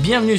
Bienvenue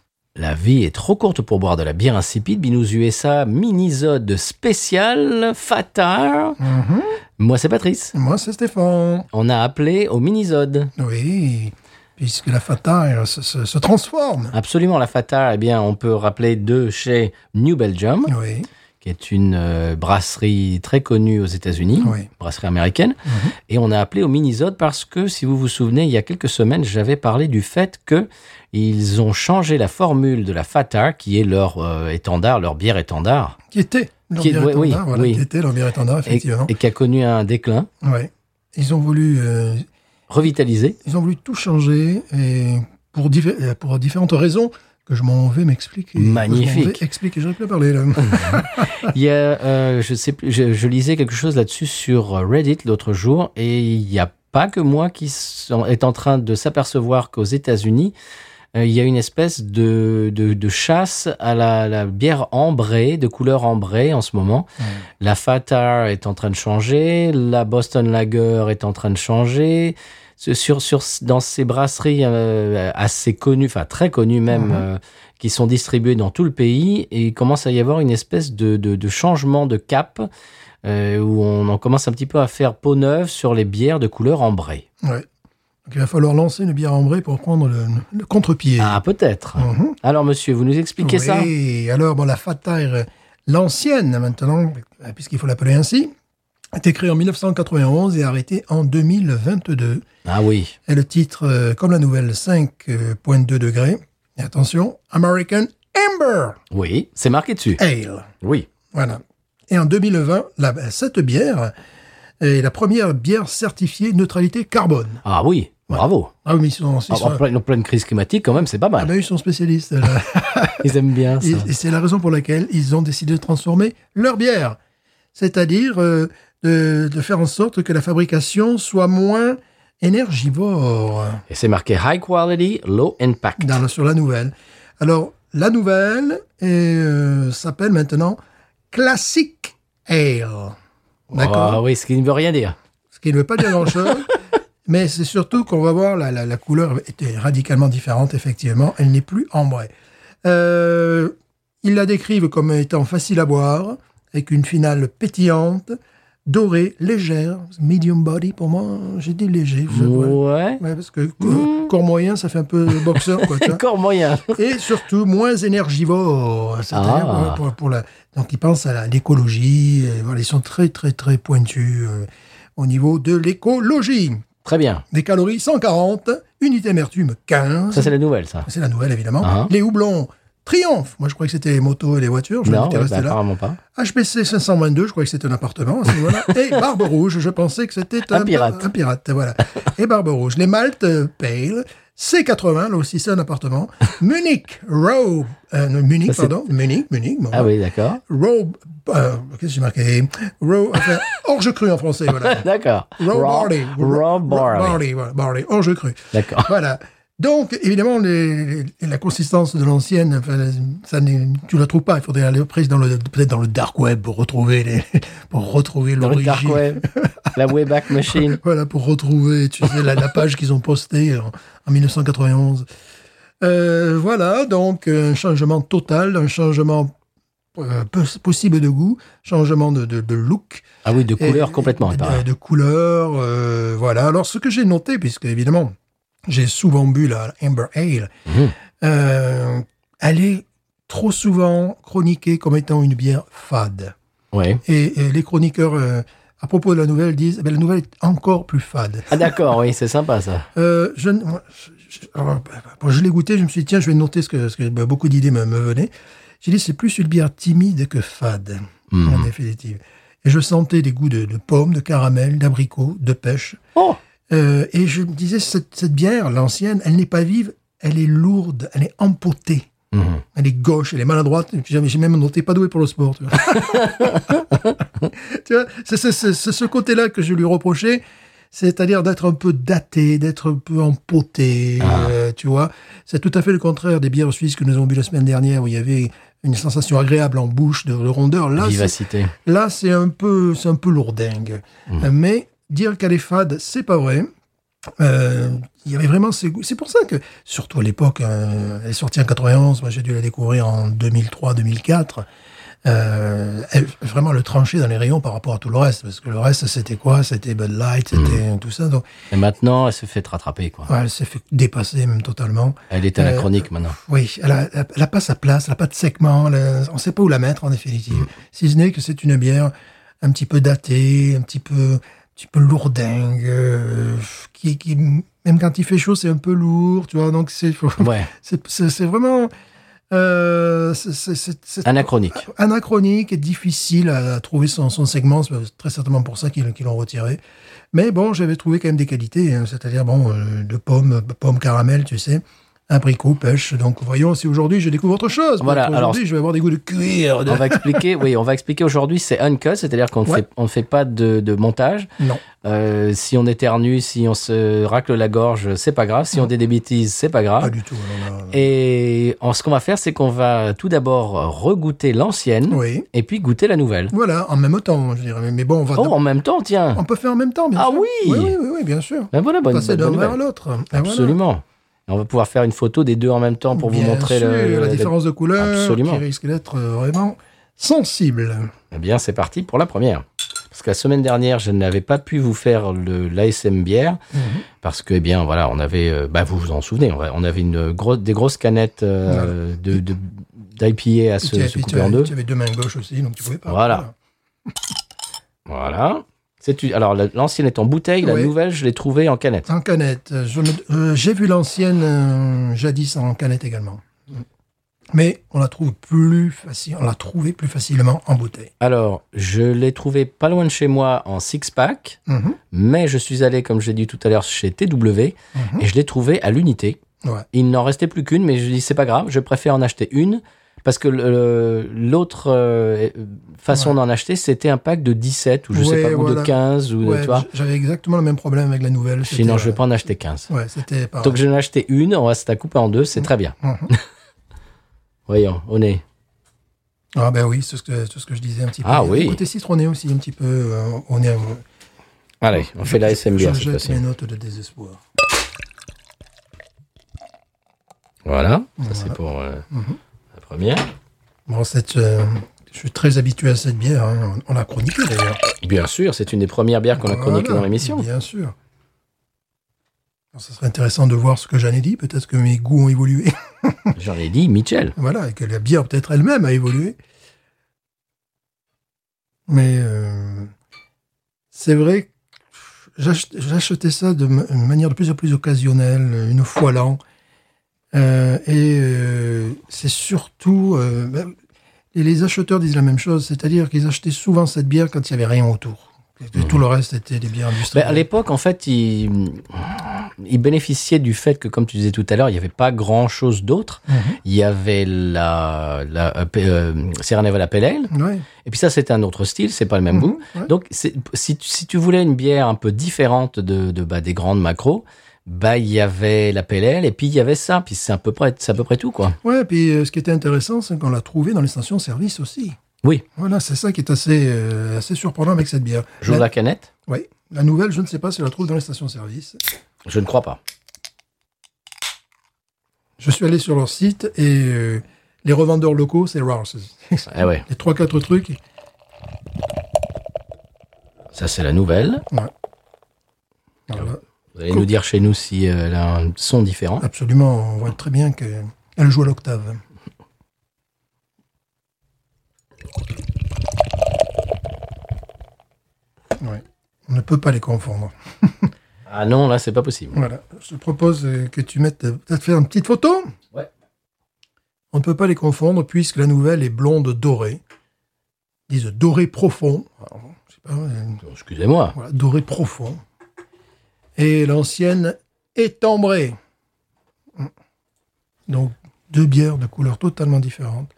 La vie est trop courte pour boire de la bière insipide. Binous USA, mini-sode spécial, fatar. Moi, c'est Patrice. Moi, c'est Stéphane. On a appelé au minisode. Oui. Puisque la fatale se, se- se transforme. Absolument, la Fatar, eh bien, on peut rappeler deux chez New Belgium, Oui. qui est une euh, brasserie très connue aux États-Unis, Oui. Mhm. brasserie américaine. Et on a appelé au Minisode parce que, si vous vous souvenez, il y a quelques semaines, j'avais parlé du fait que ils ont changé la formule de la Fatar, qui est leur euh, étendard, leur bière étendard, Qui était leur Qui- bière oui, oui, étendard, voilà, oui. Qui était leur bière étendard, et, effectivement. et qui a connu un déclin Ouais. Ils ont voulu, euh, revitalisé. ils ont voulu tout changer et pour, diver- euh, pour différentes raisons que je m'en vais m'expliquer. Magnifique. Je m'en vais expliquer. J'aurais pu parler là. Il y a, euh, je sais plus, je, je lisais quelque chose là-dessus sur Reddit l'autre jour et il n'y a pas que moi qui s'en- est en train de s'apercevoir qu'aux États-Unis, euh, il y a une espèce de, de, de chasse à la, la bière ambrée, de couleur ambrée en ce moment. La Fatar est en train de changer, la Boston Lager est en train de changer. Ce- Sur, sur, dans ces brasseries euh, assez connues, enfin très connues même, Mhm. euh, qui sont distribuées dans tout le pays, et il commence à y avoir une espèce de, de, de changement de cap, euh, où on en commence un petit peu à faire peau neuve sur les bières de couleur ambrée. ouais. Donc, il va falloir lancer une bière ambrée pour prendre le, le contre-pied. Ah, peut-être. Mhm. Alors, monsieur, vous nous expliquez ça Oui, alors bon, la Fatare, euh, l'ancienne maintenant, euh, puisqu'il faut l'appeler ainsi, est écrite en 1991 et arrêtée en 2022. Ah oui. Et le titre, euh, comme la nouvelle, 5.2 degrés. Et attention, American Amber Oui, c'est marqué dessus. Ale. Oui. Voilà. Et en 2020, la- euh, cette bière est la première bière certifiée neutralité carbone. Ah oui, bravo. Ah oui, mais ils sont, ils En, sont- en pleine, en pleine crise climatique, quand même, c'est pas ah mal. ben, ils sont spécialistes. là. Ah, Ils aiment bien Ah, ça. Et, et c'est la raison pour laquelle ils ont décidé de transformer leur bière. C'est-à-dire euh, de, de faire en sorte que la fabrication soit moins énergivore Et c'est marqué High Quality, Low Impact. dans la- sur la nouvelle. Alors, la nouvelle est, euh, s'appelle maintenant Classic Ale. D'accord Ah oui, ce qui ne veut rien dire. Ce qui ne veut pas dire grand-chose. Mais c'est surtout qu'on va voir, la, la- la couleur était radicalement différente, effectivement. Elle n'est plus ambrée. Euh, ils la décrivent comme étant facile à boire, avec une finale pétillante, dorée, légère. Medium body, pour moi, j'ai dit léger. je- voilà. Ouais. Ouais, parce que cor- corps moyen, ça fait un peu boxeur. Quoi, tu vois. Corps moyen. Et surtout moins énergivore. C'est-à-dire, Ah. ouais, pour- pour la- Donc ils pensent à la- l'écologie. euh, voilà, ils sont très très très pointus euh, au niveau de l'écologie. Très bien. Des calories 140, unité d'amertume 15. Ça, c'est la nouvelle, ça. c'est la nouvelle évidemment. Ah. Les houblons triomphe. Moi je croyais que c'était les motos et les voitures. Je non, m'étais ouais, resté bah, là. apparemment pas. HPC 522, je croyais que c'était un appartement. à ce niveau-là. et Barbe Rouge, je pensais que c'était Un pirate. Un pirate, voilà. Et Barbe Rouge. Les Maltes euh, Pale. C80, là aussi c'est un appartement. Munich, Robe. euh, non, Munich, Ça, c'est- pardon. Munich, Munich. bon. Ah oui, d'accord. Robe. euh, Qu'est-ce que j'ai marqué Robe. Enfin, orge cru en français, voilà. D'accord. Raw- Robe barley. raw barley. barley, voilà, barley, Orge cru. D'accord. Voilà. Donc, évidemment, les- les- la consistance de l'ancienne, enfin, ça n'est- tu la trouves pas. Il faudrait aller prise dans le, peut-être dans le dark web pour retrouver les, pour retrouver Dans le dark l'origine. web. la Wayback Machine. Voilà, pour retrouver, tu sais, la, la page qu'ils ont postée en, en 1991. Euh, voilà, donc, un changement total, un changement euh, poss- possible de goût, changement de, de- de look. Ah oui, de couleur Et- complètement, il De, paraît. de couleur, euh, voilà. Alors, ce que j'ai noté, puisque évidemment, j'ai souvent bu la Amber Ale, Mhm. euh, elle est trop souvent chroniquée comme étant une bière fade. Ouais. Et, et les chroniqueurs, euh, à propos de la nouvelle, disent eh ben, la nouvelle est encore plus fade. Ah d'accord, oui, c'est sympa, ça. Euh, je, ne- moi, je- je- alors, bah, bah, quand je l'ai goûté, je me suis dit, tiens, je vais noter ce que, ce que bah, beaucoup d'idées me, me venaient. J'ai dit, c'est plus une bière timide que fade, Mhm. en définitive. Et je sentais des goûts de, de pommes, de caramel, d'abricot, de pêche. Oh Euh, et je me disais, cette, cette bière, l'ancienne, elle n'est pas vive, elle est lourde, elle est empotée. Mhm. Elle est gauche, elle est maladroite. et puis J'ai j'ai même noté pas doué pour le sport. Tu vois, Tu vois, c'est c'est- c'est- c'est ce côté-là que je lui reprochais, c'est-à-dire d'être un peu daté, d'être un peu empoté. euh, tu vois, c'est tout à fait le contraire des bières suisses que nous avons bu la semaine dernière où il y avait une sensation agréable en bouche de, de rondeur. Là, c'est- Vivacité. là, c'est un peu, c'est un peu lourdingue. Euh, Mais dire qu'elle est fade, c'est pas vrai. Euh, il y avait vraiment ce goût. C'est pour ça que, surtout à l'époque, euh, elle est sortie en 91, moi j'ai dû la découvrir en 2003-2004. Euh, elle- vraiment le trancher dans les rayons par rapport à tout le reste, parce que le reste c'était quoi C'était Bud Light, c'était tout ça. Donc, Et maintenant, elle se fait rattraper, quoi. ouais, elle s'est fait dépasser même totalement. Elle est anachronique Euh. maintenant. Oui, elle a, elle a pas sa place, elle a pas de segment, elle a- on sait pas où la mettre en définitive. Si ce n'est que c'est une bière un petit peu datée, un petit peu, un petit peu lourdingue, euh, qui, qui, même quand il fait chaud, c'est un peu lourd, tu vois. Donc c'est, faut- Ouais, c'est, c'est- c'est vraiment, euh, c'est, c'est- c'est- c'est anachronique. anachronique et difficile à, à trouver son, son segment. C'est très certainement pour ça qu'ils, qu'ils l'ont retiré. Mais bon, j'avais trouvé quand même des qualités, hein, c'est-à-dire bon, euh, de pommes, pommes caramel, tu sais, abricot, pêche. Donc voyons si aujourd'hui je découvre autre chose. Peut-être Voilà, alors- aujourd'hui je vais avoir des goûts de cuir. de- On va expliquer, oui, on va expliquer aujourd'hui, c'est uncut, c'est-à-dire qu'on ne Ouais. fait, on ne fait pas de, de montage. Non. Euh, si on éternue, si on se racle la gorge, c'est pas grave. Si on dit des bêtises, c'est pas Pas grave. du tout. euh, non, non, non. Et en, ce qu'on va faire, c'est qu'on va tout d'abord regoûter l'ancienne Oui. et puis goûter la nouvelle. Voilà, en même temps, je dirais. Mais- Mais bon, on va. Oh, en même temps, tiens. On peut faire en même temps, bien Ah sûr. oui oui, oui, oui, oui, bien sûr. Ben voilà, bonne, Passer bonne, d'un bonne verre à nouvelle. l'autre. Et Bah, voilà. Absolument. Et on va pouvoir faire une photo des deux en même temps pour vous Bien montrer sûr, le- la le- différence de couleur Absolument. qui risque d'être euh, vraiment sensible. Eh bien, c'est parti pour la première. Parce que la semaine dernière, je n'avais pas pu vous faire le l'ASM bière Mhm. parce que, eh bien, voilà, on avait, euh, bah, vous vous en souvenez, on va- on avait une grosse, des grosses canettes euh, de de- d'IPA à Puis se, tu- se puis tu couper en avais- deux. Tu avais deux mains gauches aussi, donc tu pouvais pas. Voilà. Voilà. C'est une- alors la- l'ancienne est en bouteille, la Ouais. nouvelle, je l'ai trouvée en canette. En canette. je me- euh, J'ai vu l'ancienne euh, jadis en canette également. Mais on la trouve plus facile, on l'a trouvée plus facilement en bouteille. Alors, je l'ai trouvée pas loin de chez moi en six pack, Mhm. mais je suis allé, comme j'ai dit tout à l'heure, chez TW Mhm. et je l'ai trouvée à l'unité. Ouais. Il n'en restait plus qu'une, mais je dis c'est pas grave, je préfère en acheter une parce que le- l'autre euh, façon Ouais. d'en acheter, c'était un pack de 17 ou je sais Ouais, pas, ou de voilà. 15 ou de- Ouais, tu vois. j- J'avais exactement le même problème avec la nouvelle. Je dis non, c'était, je vais euh, pas en acheter 15. Ouais, c'était pas. Donc j'en ai acheté une, on va se la couper en deux, c'est très bien. Mhm. Voyons, on est. Ah ben oui, c'est ce, que- c'est ce que je disais un petit peu. Ah Il y a oui. le Côté citronné aussi, un petit peu. euh, on est. Allez, on fait la SMB Je cette jette fois-ci. mes notes de désespoir. Voilà, ça c'est pour euh, Mm-hmm. la première. Bon, cette, euh, je suis très habitué à cette bière. hein. On, on l'a chroniquée d'ailleurs. Bien sûr, c'est une des premières bières qu'on a chroniquées Voilà, dans l'émission. Bien sûr. Alors, ça serait intéressant de voir ce que j'en ai dit. Peut-être que mes goûts ont évolué. J'en ai dit, Mitchell. voilà, et que la bière peut-être elle-même a évolué. Mais euh, c'est vrai que j'ach- j'achetais ça de ma- une manière de plus en plus occasionnelle, une fois l'an. Euh, et euh, c'est surtout... euh, ben, et les acheteurs disent la même chose, c'est-à-dire qu'ils achetaient souvent cette bière quand il n'y avait rien autour. Et Tout le reste était des bières Mmh. Mais industrielles. Bah, à l'époque, en fait, il, il bénéficiait du fait que, comme tu disais tout à l'heure, il n'y avait pas grand-chose d'autre. Mhm. Il y avait la, la euh, P- euh, Sierra Nevada Pale Ale. Ouais. Et puis ça, c'était un autre style, c'est pas le même goût. Mhm. ouais. Donc, c'est- si, tu- si tu voulais une bière un peu différente de, de, bah, des grandes macros, bah il y avait la Pale Ale et puis il y avait ça. Puis c'est à peu près, c'est à peu près tout, quoi. Ouais, puis euh, ce qui était intéressant, c'est qu'on l'a trouvé dans les stations-service aussi. Oui. Voilà, c'est ça qui est assez, euh, assez surprenant avec cette bière. J'ouvre La- la canette. ouais, la nouvelle, je ne sais pas si on la trouve dans les stations-service. Je ne crois pas. Je suis allé sur leur site et euh, les revendeurs locaux, c'est Rouse's. Eh ouais, Les 3-4 trucs. ça c'est la nouvelle. Voilà. Vous allez nous dire chez nous si euh, elle a un son différent. Absolument, on voit très bien qu'elle joue à l'octave. Ouais. On ne peut pas les confondre. Ah non, là c'est pas possible. Voilà. Je te propose euh, que tu mettes euh, peut-être faire une petite photo. Ouais. On ne peut pas les confondre puisque la nouvelle est blonde dorée. Ils disent doré profond. Alors, bon, je sais pas, euh, Bon, Excusez-moi. voilà, doré profond. Et l'ancienne est ambrée. Donc deux bières de couleurs totalement différentes.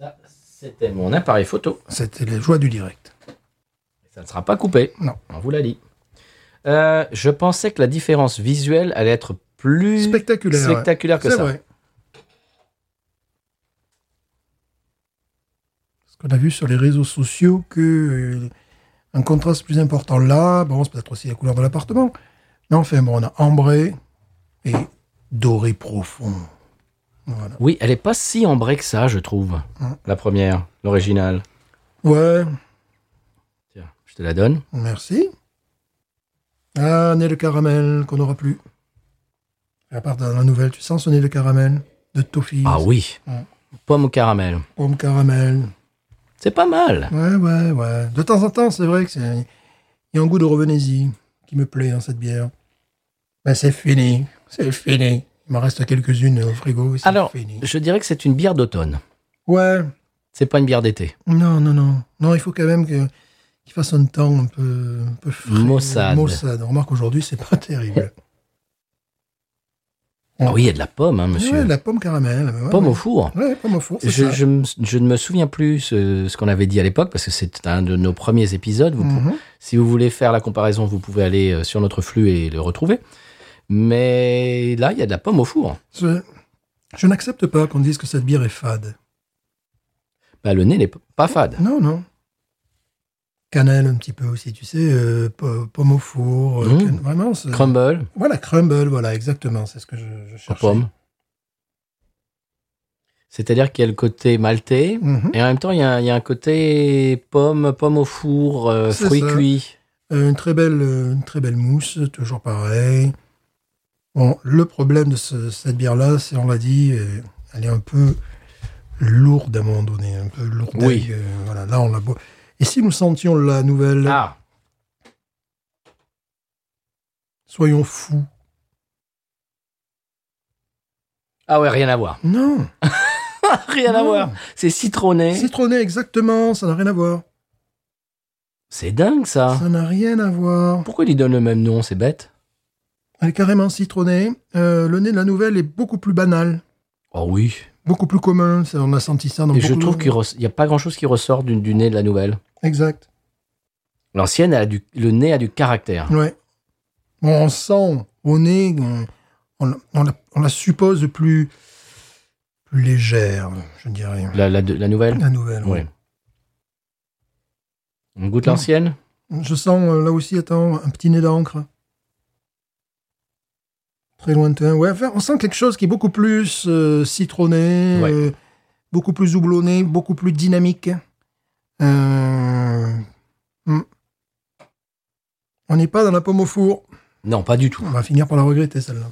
Ça, c'était mon appareil photo. C'était les joies du direct. Ça ne sera pas coupé. Non. On vous l'a dit. Euh, je pensais que la différence visuelle allait être plus Spectaculaire. ouais. spectaculaire que C'est ça. vrai. Parce qu'on a vu sur les réseaux sociaux que euh, un contraste plus important là, bon, c'est peut-être aussi la couleur de l'appartement. Mais enfin, bon, on a ambré et doré profond. Voilà. Oui, elle est pas si ambrée que ça, je trouve. Hum. La première, l'originale. Ouais, Tiens, je te la donne. merci. Ah, nez le caramel qu'on n'aura plus. À part dans la nouvelle, tu sens ce nez de caramel de Toffee, Ah oui. Hum. Pomme au caramel. pomme caramel. C'est pas mal. Ouais, ouais, ouais. De temps en temps, c'est vrai que c'est. Il y a un goût de revenez-y qui me plaît dans cette bière. Ben, c'est fini. C'est fini. Il m'en reste quelques-unes au frigo. et C'est Alors, fini. je dirais que c'est une bière d'automne. Ouais. C'est pas une bière d'été. Non, non, non. Non, il faut quand même que- qu'il fasse un temps un peu, un peu frais. Maussade. Maussade. On remarque aujourd'hui, c'est pas terrible. Ah oui, il y a de la pomme, hein, monsieur. Ouais, la pomme caramel. ouais, Pomme ouais. au four. Ouais, pomme au four. c'est Je, ça. je me- je ne me souviens plus ce, ce qu'on avait dit à l'époque parce que c'est un de nos premiers épisodes. Vous pou- Mhm. si vous voulez faire la comparaison, vous pouvez aller euh, sur notre flux et le retrouver. Mais là, il y a de la pomme au four. Je- je n'accepte pas qu'on dise que cette bière est fade. Bah, le nez n'est p- pas fade. Non, non. Cannelle un petit peu aussi, tu sais, euh, po- pomme au four. euh, Mmh. can- Vraiment, c'est- Crumble voilà, crumble, voilà, exactement, c'est ce que je, je aux cherchais. pommes. C'est-à-dire qu'il y a le côté maltais Mhm. et en même temps, il y, a un- il y a un côté pomme, pomme au four, euh, C'est fruits ça. cuits. Euh, une, très belle, euh, une très belle mousse, toujours pareil. Bon, le problème de ce- cette bière-là, c'est, on l'a dit, euh, elle est un peu lourde à un moment donné, un peu lourde. euh, Oui. voilà, là, on l'a beau. Et si nous sentions la nouvelle Ah, Soyons fous ah ouais, rien à voir. Non rien à non. voir. C'est citronné. Citronné, exactement, ça n'a rien à voir. C'est dingue ça. Ça n'a rien à voir. Pourquoi ils donnent le même nom C'est bête. Elle est carrément citronnée. Euh, le nez de la nouvelle est beaucoup plus banal, Oh oui. beaucoup plus commun. Ça, on a senti ça dans Et beaucoup je trouve de- qu'il n'y a pas grand chose qui ressort du, du nez de la nouvelle. Exact. L'ancienne, elle a du, le nez a du caractère. Ouais. Bon, on sent au nez, on, on la- on la, on la suppose plus, plus légère, je dirais. La, la, de- la nouvelle La nouvelle. Oui. ouais. On goûte Mm. l'ancienne Je sens euh, là aussi, attends, un petit nez d'encre. Très lointain. Ouais, enfin, on sent quelque chose qui est beaucoup plus euh, citronné, Ouais. euh, beaucoup plus houblonné, beaucoup plus dynamique. Euh, hmm. On n'est pas dans la pomme au four. Non, pas du tout. On va finir par la regretter, celle-là.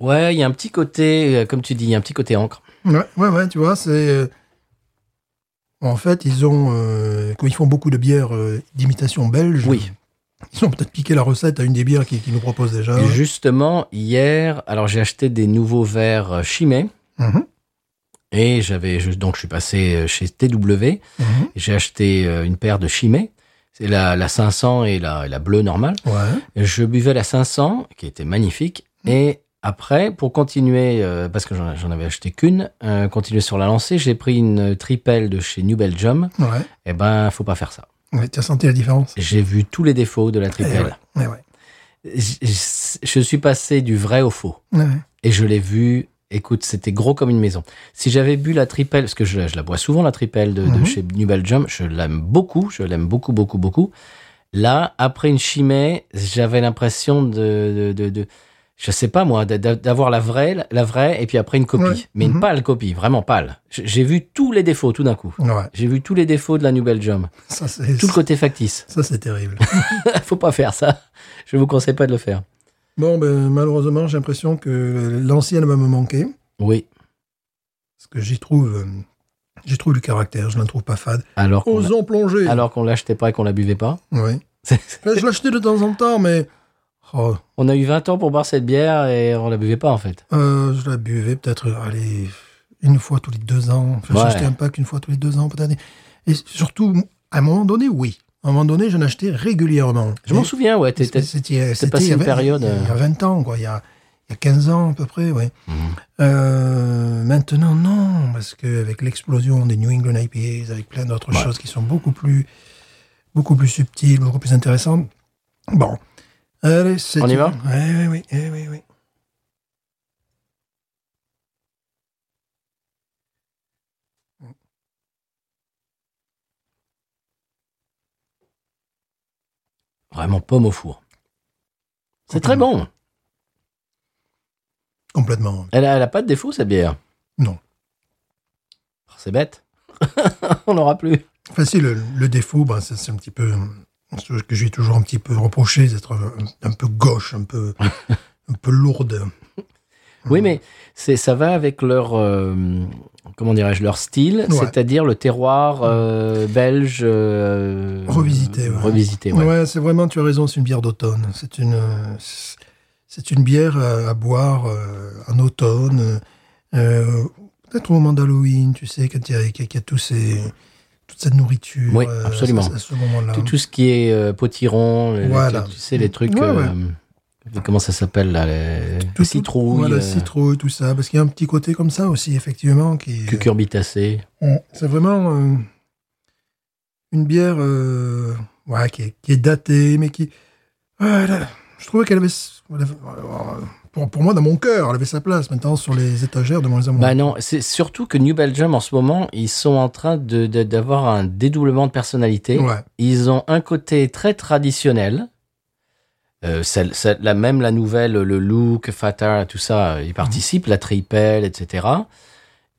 Ouais, il y a un petit côté, euh, comme tu dis, il y a un petit côté encre. Ouais, ouais, ouais, tu vois, c'est. euh, En fait, ils ont. euh, Quand ils font beaucoup de bières euh, d'imitation belge. Ah Oui. Ils ont peut-être piqué la recette à une des bières qu'ils qu'ils nous proposent déjà. Et Justement, hier, alors j'ai acheté des nouveaux verres euh, Chimay. Mhm, Et j'avais, je- donc je suis passé euh, chez TW. mhm. J'ai acheté euh, une paire de Chimay. C'est la, la 500 et la, la bleue normale. Ouais. Je buvais la 500, qui était magnifique. Mm. Et après, pour continuer, euh, parce que j'en j'en avais acheté qu'une, euh, continuer sur la lancée, j'ai pris une tripelle de chez New Belgium. Ouais. Eh ben, faut pas faire ça. Ouais, tu as senti la différence J'ai vu tous les défauts de la Eh ouais. tripelle. Eh ouais. Je, je- je suis passé du vrai au faux. Eh ouais. Et je l'ai vu. Écoute, c'était gros comme une maison. Si j'avais bu la tripelle, parce que je, la- je la bois souvent, la tripelle de, de Mhm. chez New Belgium, je l'aime beaucoup, je l'aime beaucoup, beaucoup, beaucoup. Là, après une chimée, j'avais l'impression de, de, de, de- je sais pas moi, d'a- d'a- d'avoir la vraie, la- la vraie, et puis après une copie. Ouais. Mais une Mhm. pâle copie, vraiment pâle. J- J'ai vu tous les défauts tout d'un coup. Ouais. J'ai vu tous les défauts de la New Belgium. Ça, c'est. Tout le côté factice. Ça, c'est terrible. Faut pas faire ça. Je vous conseille pas de le faire. bon, ben, malheureusement, j'ai l'impression que l'ancienne va me manquer. Oui. Parce que j'y trouve. euh, J'y trouve du caractère, je ne la trouve pas fade. Alors qu'on Osons plonger alors qu'on l'achetait pas et qu'on la buvait pas. Ouais. C'est- Enfin, Je l'achetais de temps en temps, mais. Oh, On a eu 20 ans pour boire cette bière et on la buvait pas en fait. Euh, je la buvais peut-être, allez, une fois tous les deux ans. Enfin, Ouais. J'achetais un pack une fois tous les deux ans, peut-être. Et surtout, à un moment donné, oui. À un moment donné, j'en achetais régulièrement. Je m'en Mais- souviens, ouais. t'es- t'es- C'était c'était passé il y a une vingt- période, euh. Mhm. Il y a 20 ans, quoi. Il y a, il y a 15 ans, à peu près, ouais. Euh, maintenant, non, parce qu'avec l'explosion des New England IPAs, avec plein d'autres Ouais. choses qui sont beaucoup plus, beaucoup plus subtiles, beaucoup plus intéressantes. Bon. Allez, c'est On y va Oui, oui, oui. eh oui, oui. Vraiment pomme au four. C'est très bon. Complètement. Elle a, elle a pas de défaut, cette bière Oh, Non. C'est bête. On n'aura plus. Enfin, si, le, le défaut, ben, c'est c'est un petit peu. euh, ce que j'ai toujours un petit peu reproché, c'est d'être un, un peu gauche, un peu, un peu lourde. Oui, mais c'est ça va avec leur euh, comment dirais-je leur style, Ouais. Mmh. c'est-à-dire le terroir euh, belge euh, Revisité, ouais. revisité, ouais. Ouais, c'est vraiment, tu as raison, c'est une bière d'automne. C'est une, euh, c'est- c'est une bière euh, à boire euh, en automne, euh, peut-être au moment d'Halloween, tu sais, quand il y a, qu'il y a tous ces, toute cette nourriture. Oui, euh, absolument. À, à ce moment-là. Tout, tout ce qui est euh, potiron, les- Voilà. Mmh. tu sais les trucs, Ouais, euh, comment ça s'appelle là, les Tout- tout- citrouilles, Voilà, euh, citrouille, tout ça. Parce qu'il y a un petit côté comme ça aussi, effectivement. qui est- cucurbitacées. On- C'est vraiment euh, une bière euh, ouais, qui, est, qui est datée, mais qui. Ah, elle a- je trouvais qu'elle avait. s- elle avait- euh, Pour, pour moi, dans mon cœur, elle avait sa place maintenant sur les étagères de moins en moins. Bah non, c'est surtout que New Belgium en ce moment, ils sont en train de de- d'avoir un dédoublement de personnalité. ouais. Ils ont un côté très traditionnel. Euh, celle- celle- la, même la nouvelle, le look, Fatah, tout ça, euh, ils participent, la tripelle, etc.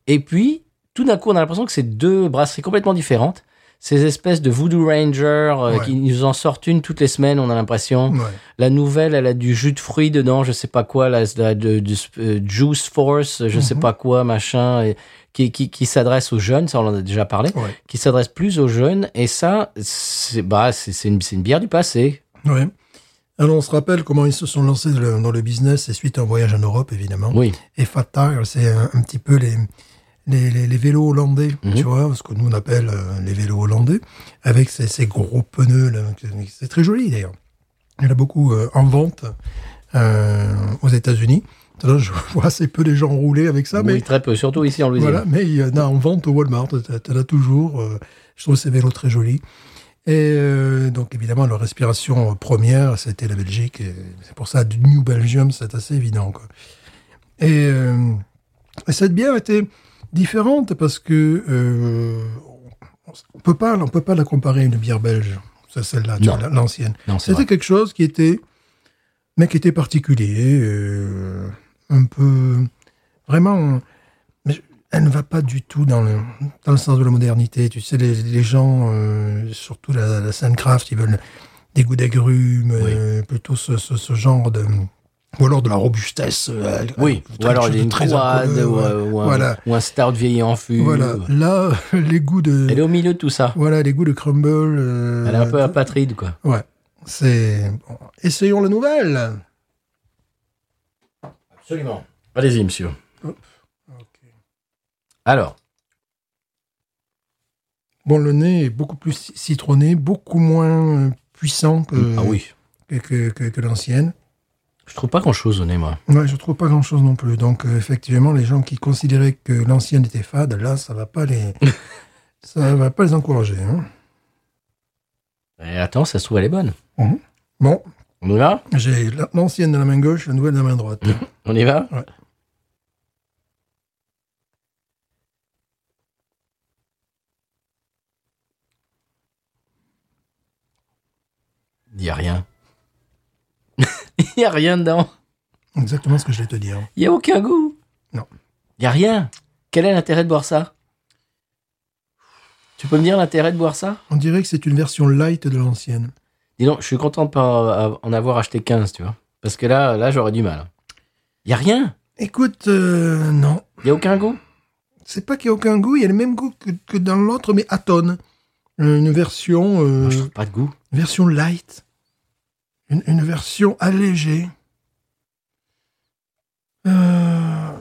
Et puis, tout d'un coup, on a l'impression que c'est deux brasseries complètement différentes. Ces espèces de Voodoo Ranger euh, Ouais. qui nous en sortent une toutes les semaines, on a l'impression. ouais. La nouvelle, elle a du jus de fruits dedans, je sais pas quoi, la, la- de, du sp- euh, Juice Force, je sais Mhm. pas quoi, machin, et qui, qui, qui s'adresse aux jeunes, ça on en a déjà parlé Ouais. qui s'adresse plus aux jeunes. Et ça, c'est bah, c'est c'est une, c'est une bière du passé. Ouais. Alors, on se rappelle comment ils se sont lancés dans le, dans le business, c'est suite à un voyage en Europe, évidemment. Oui. Et Fat Tire, c'est un, un petit peu les, les, les- les vélos hollandais, Mhm. tu vois, ce que nous on appelle euh, les vélos hollandais, avec ces, ces gros pneus. là, que- C'est très joli d'ailleurs. Il y en a beaucoup euh, en vente euh, aux États-Unis. Alors, Je vois assez peu les gens rouler avec ça, oui, mais très peu, surtout ici en Louisiane. voilà, mais il y en a en vente au Walmart, tu as toujours. euh, je trouve ces vélos très jolis. Et euh, donc, évidemment, leur respiration première, c'était la Belgique. et C'est pour ça, du New Belgium, c'est assez évident. quoi. Et, euh, et cette bière était différente parce que euh, on peut pas, on peut pas la comparer à une bière belge, c'est celle-là, tu Non. vois, l'ancienne. Non, c'est C'était vrai. quelque chose qui était, mais qui était particulier, euh, un peu, vraiment. mais je- elle ne va pas du tout dans le dans le sens de la modernité. Tu sais, les, les gens, euh, surtout la, la scène craft, ils veulent des goûts d'agrumes, euh, plutôt ce, ce- ce genre de ou alors de la robustesse. euh, Oui, quelque ou alors il chose y de a une très croade, alcooleux, ou, ouais. euh, ou un, Voilà. ou un stout vieilli en fût. Voilà, là, les goûts de. Elle est au milieu de tout ça. Voilà, les goûts de crumble. euh, Elle est un peu apatride, quoi. Ouais, c'est. bon, Essayons la nouvelle. Absolument. Allez-y, monsieur. Alors, Bon, le nez est beaucoup plus ci- citronné, beaucoup moins euh, puissant que, ah oui. que, que, que- que l'ancienne. Je trouve pas grand-chose au nez, moi. Ouais, je trouve pas grand chose non plus. Donc, euh, effectivement, les gens qui considéraient que l'ancienne était fade, là, ça va pas les. ça va pas les encourager. hein. Et attends, ça se trouve, elle est bonne. Bon, On y va j'ai la- l'ancienne dans la main gauche, la nouvelle dans la main droite. On y va Ouais. Il n'y a rien. Il n'y a rien dedans. Exactement ce que j'allais te dire. Il n'y a aucun goût. Non. Il n'y a rien. Quel est l'intérêt de boire ça Tu peux me dire l'intérêt de boire ça On dirait que c'est une version light de l'ancienne. Dis donc, je suis content de pas en avoir acheté 15, tu vois. Parce que là, là j'aurais du mal. Il n'y a rien. Écoute, euh, non. Il n'y a aucun goût. C'est pas qu'il n'y a aucun goût, il y a le même goût que, que dans l'autre, mais à tonne. Une version, euh, Moi, Ah, je trouve pas de goût. version light. Une, une version allégée. Euh,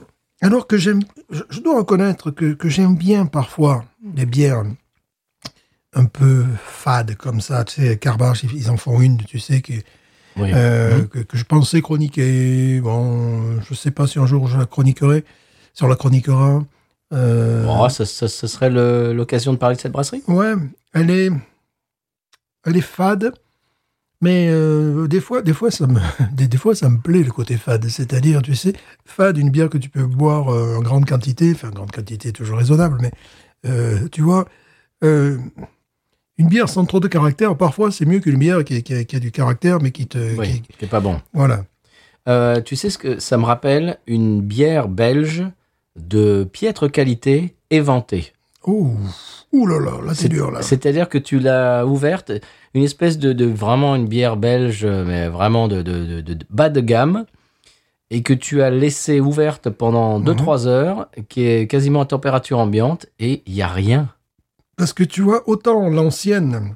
alors que j'aime, je, je dois reconnaître que, que j'aime bien parfois les bières un peu fades comme ça. Tu sais, Carbage, ils en font une, tu sais, qui, Oui. euh, que, que je pensais chroniquer. Bon, je sais pas si un jour je la chroniquerai, sur la chroniquera. Euh, Oh, ça, ça- ça serait le- l'occasion de parler de cette brasserie Ouais, elle est, elle est fade, mais euh, des fois, des fois ça me, des, des fois ça me plaît le côté fade. C'est-à-dire, tu sais, fade, une bière que tu peux boire euh, en grande quantité, enfin grande quantité toujours raisonnable, mais euh, tu vois, euh, une bière sans trop de caractère, parfois c'est mieux qu'une bière qui, qui a, qui a du caractère, mais qui te, Oui, qui- c'est pas bon. voilà. Euh, tu sais ce que ça me rappelle Une bière belge de piètre qualité éventée. Oh, ouh là là, là c'est dur là. C'est-à-dire que tu l'as ouverte, une espèce de, de- vraiment une bière belge, mais vraiment de, de- de- de- de bas de gamme, et que tu as laissée ouverte pendant Mhm. 2-3 heures, qui est quasiment à température ambiante, et il n'y a rien. Parce que tu vois, autant l'ancienne,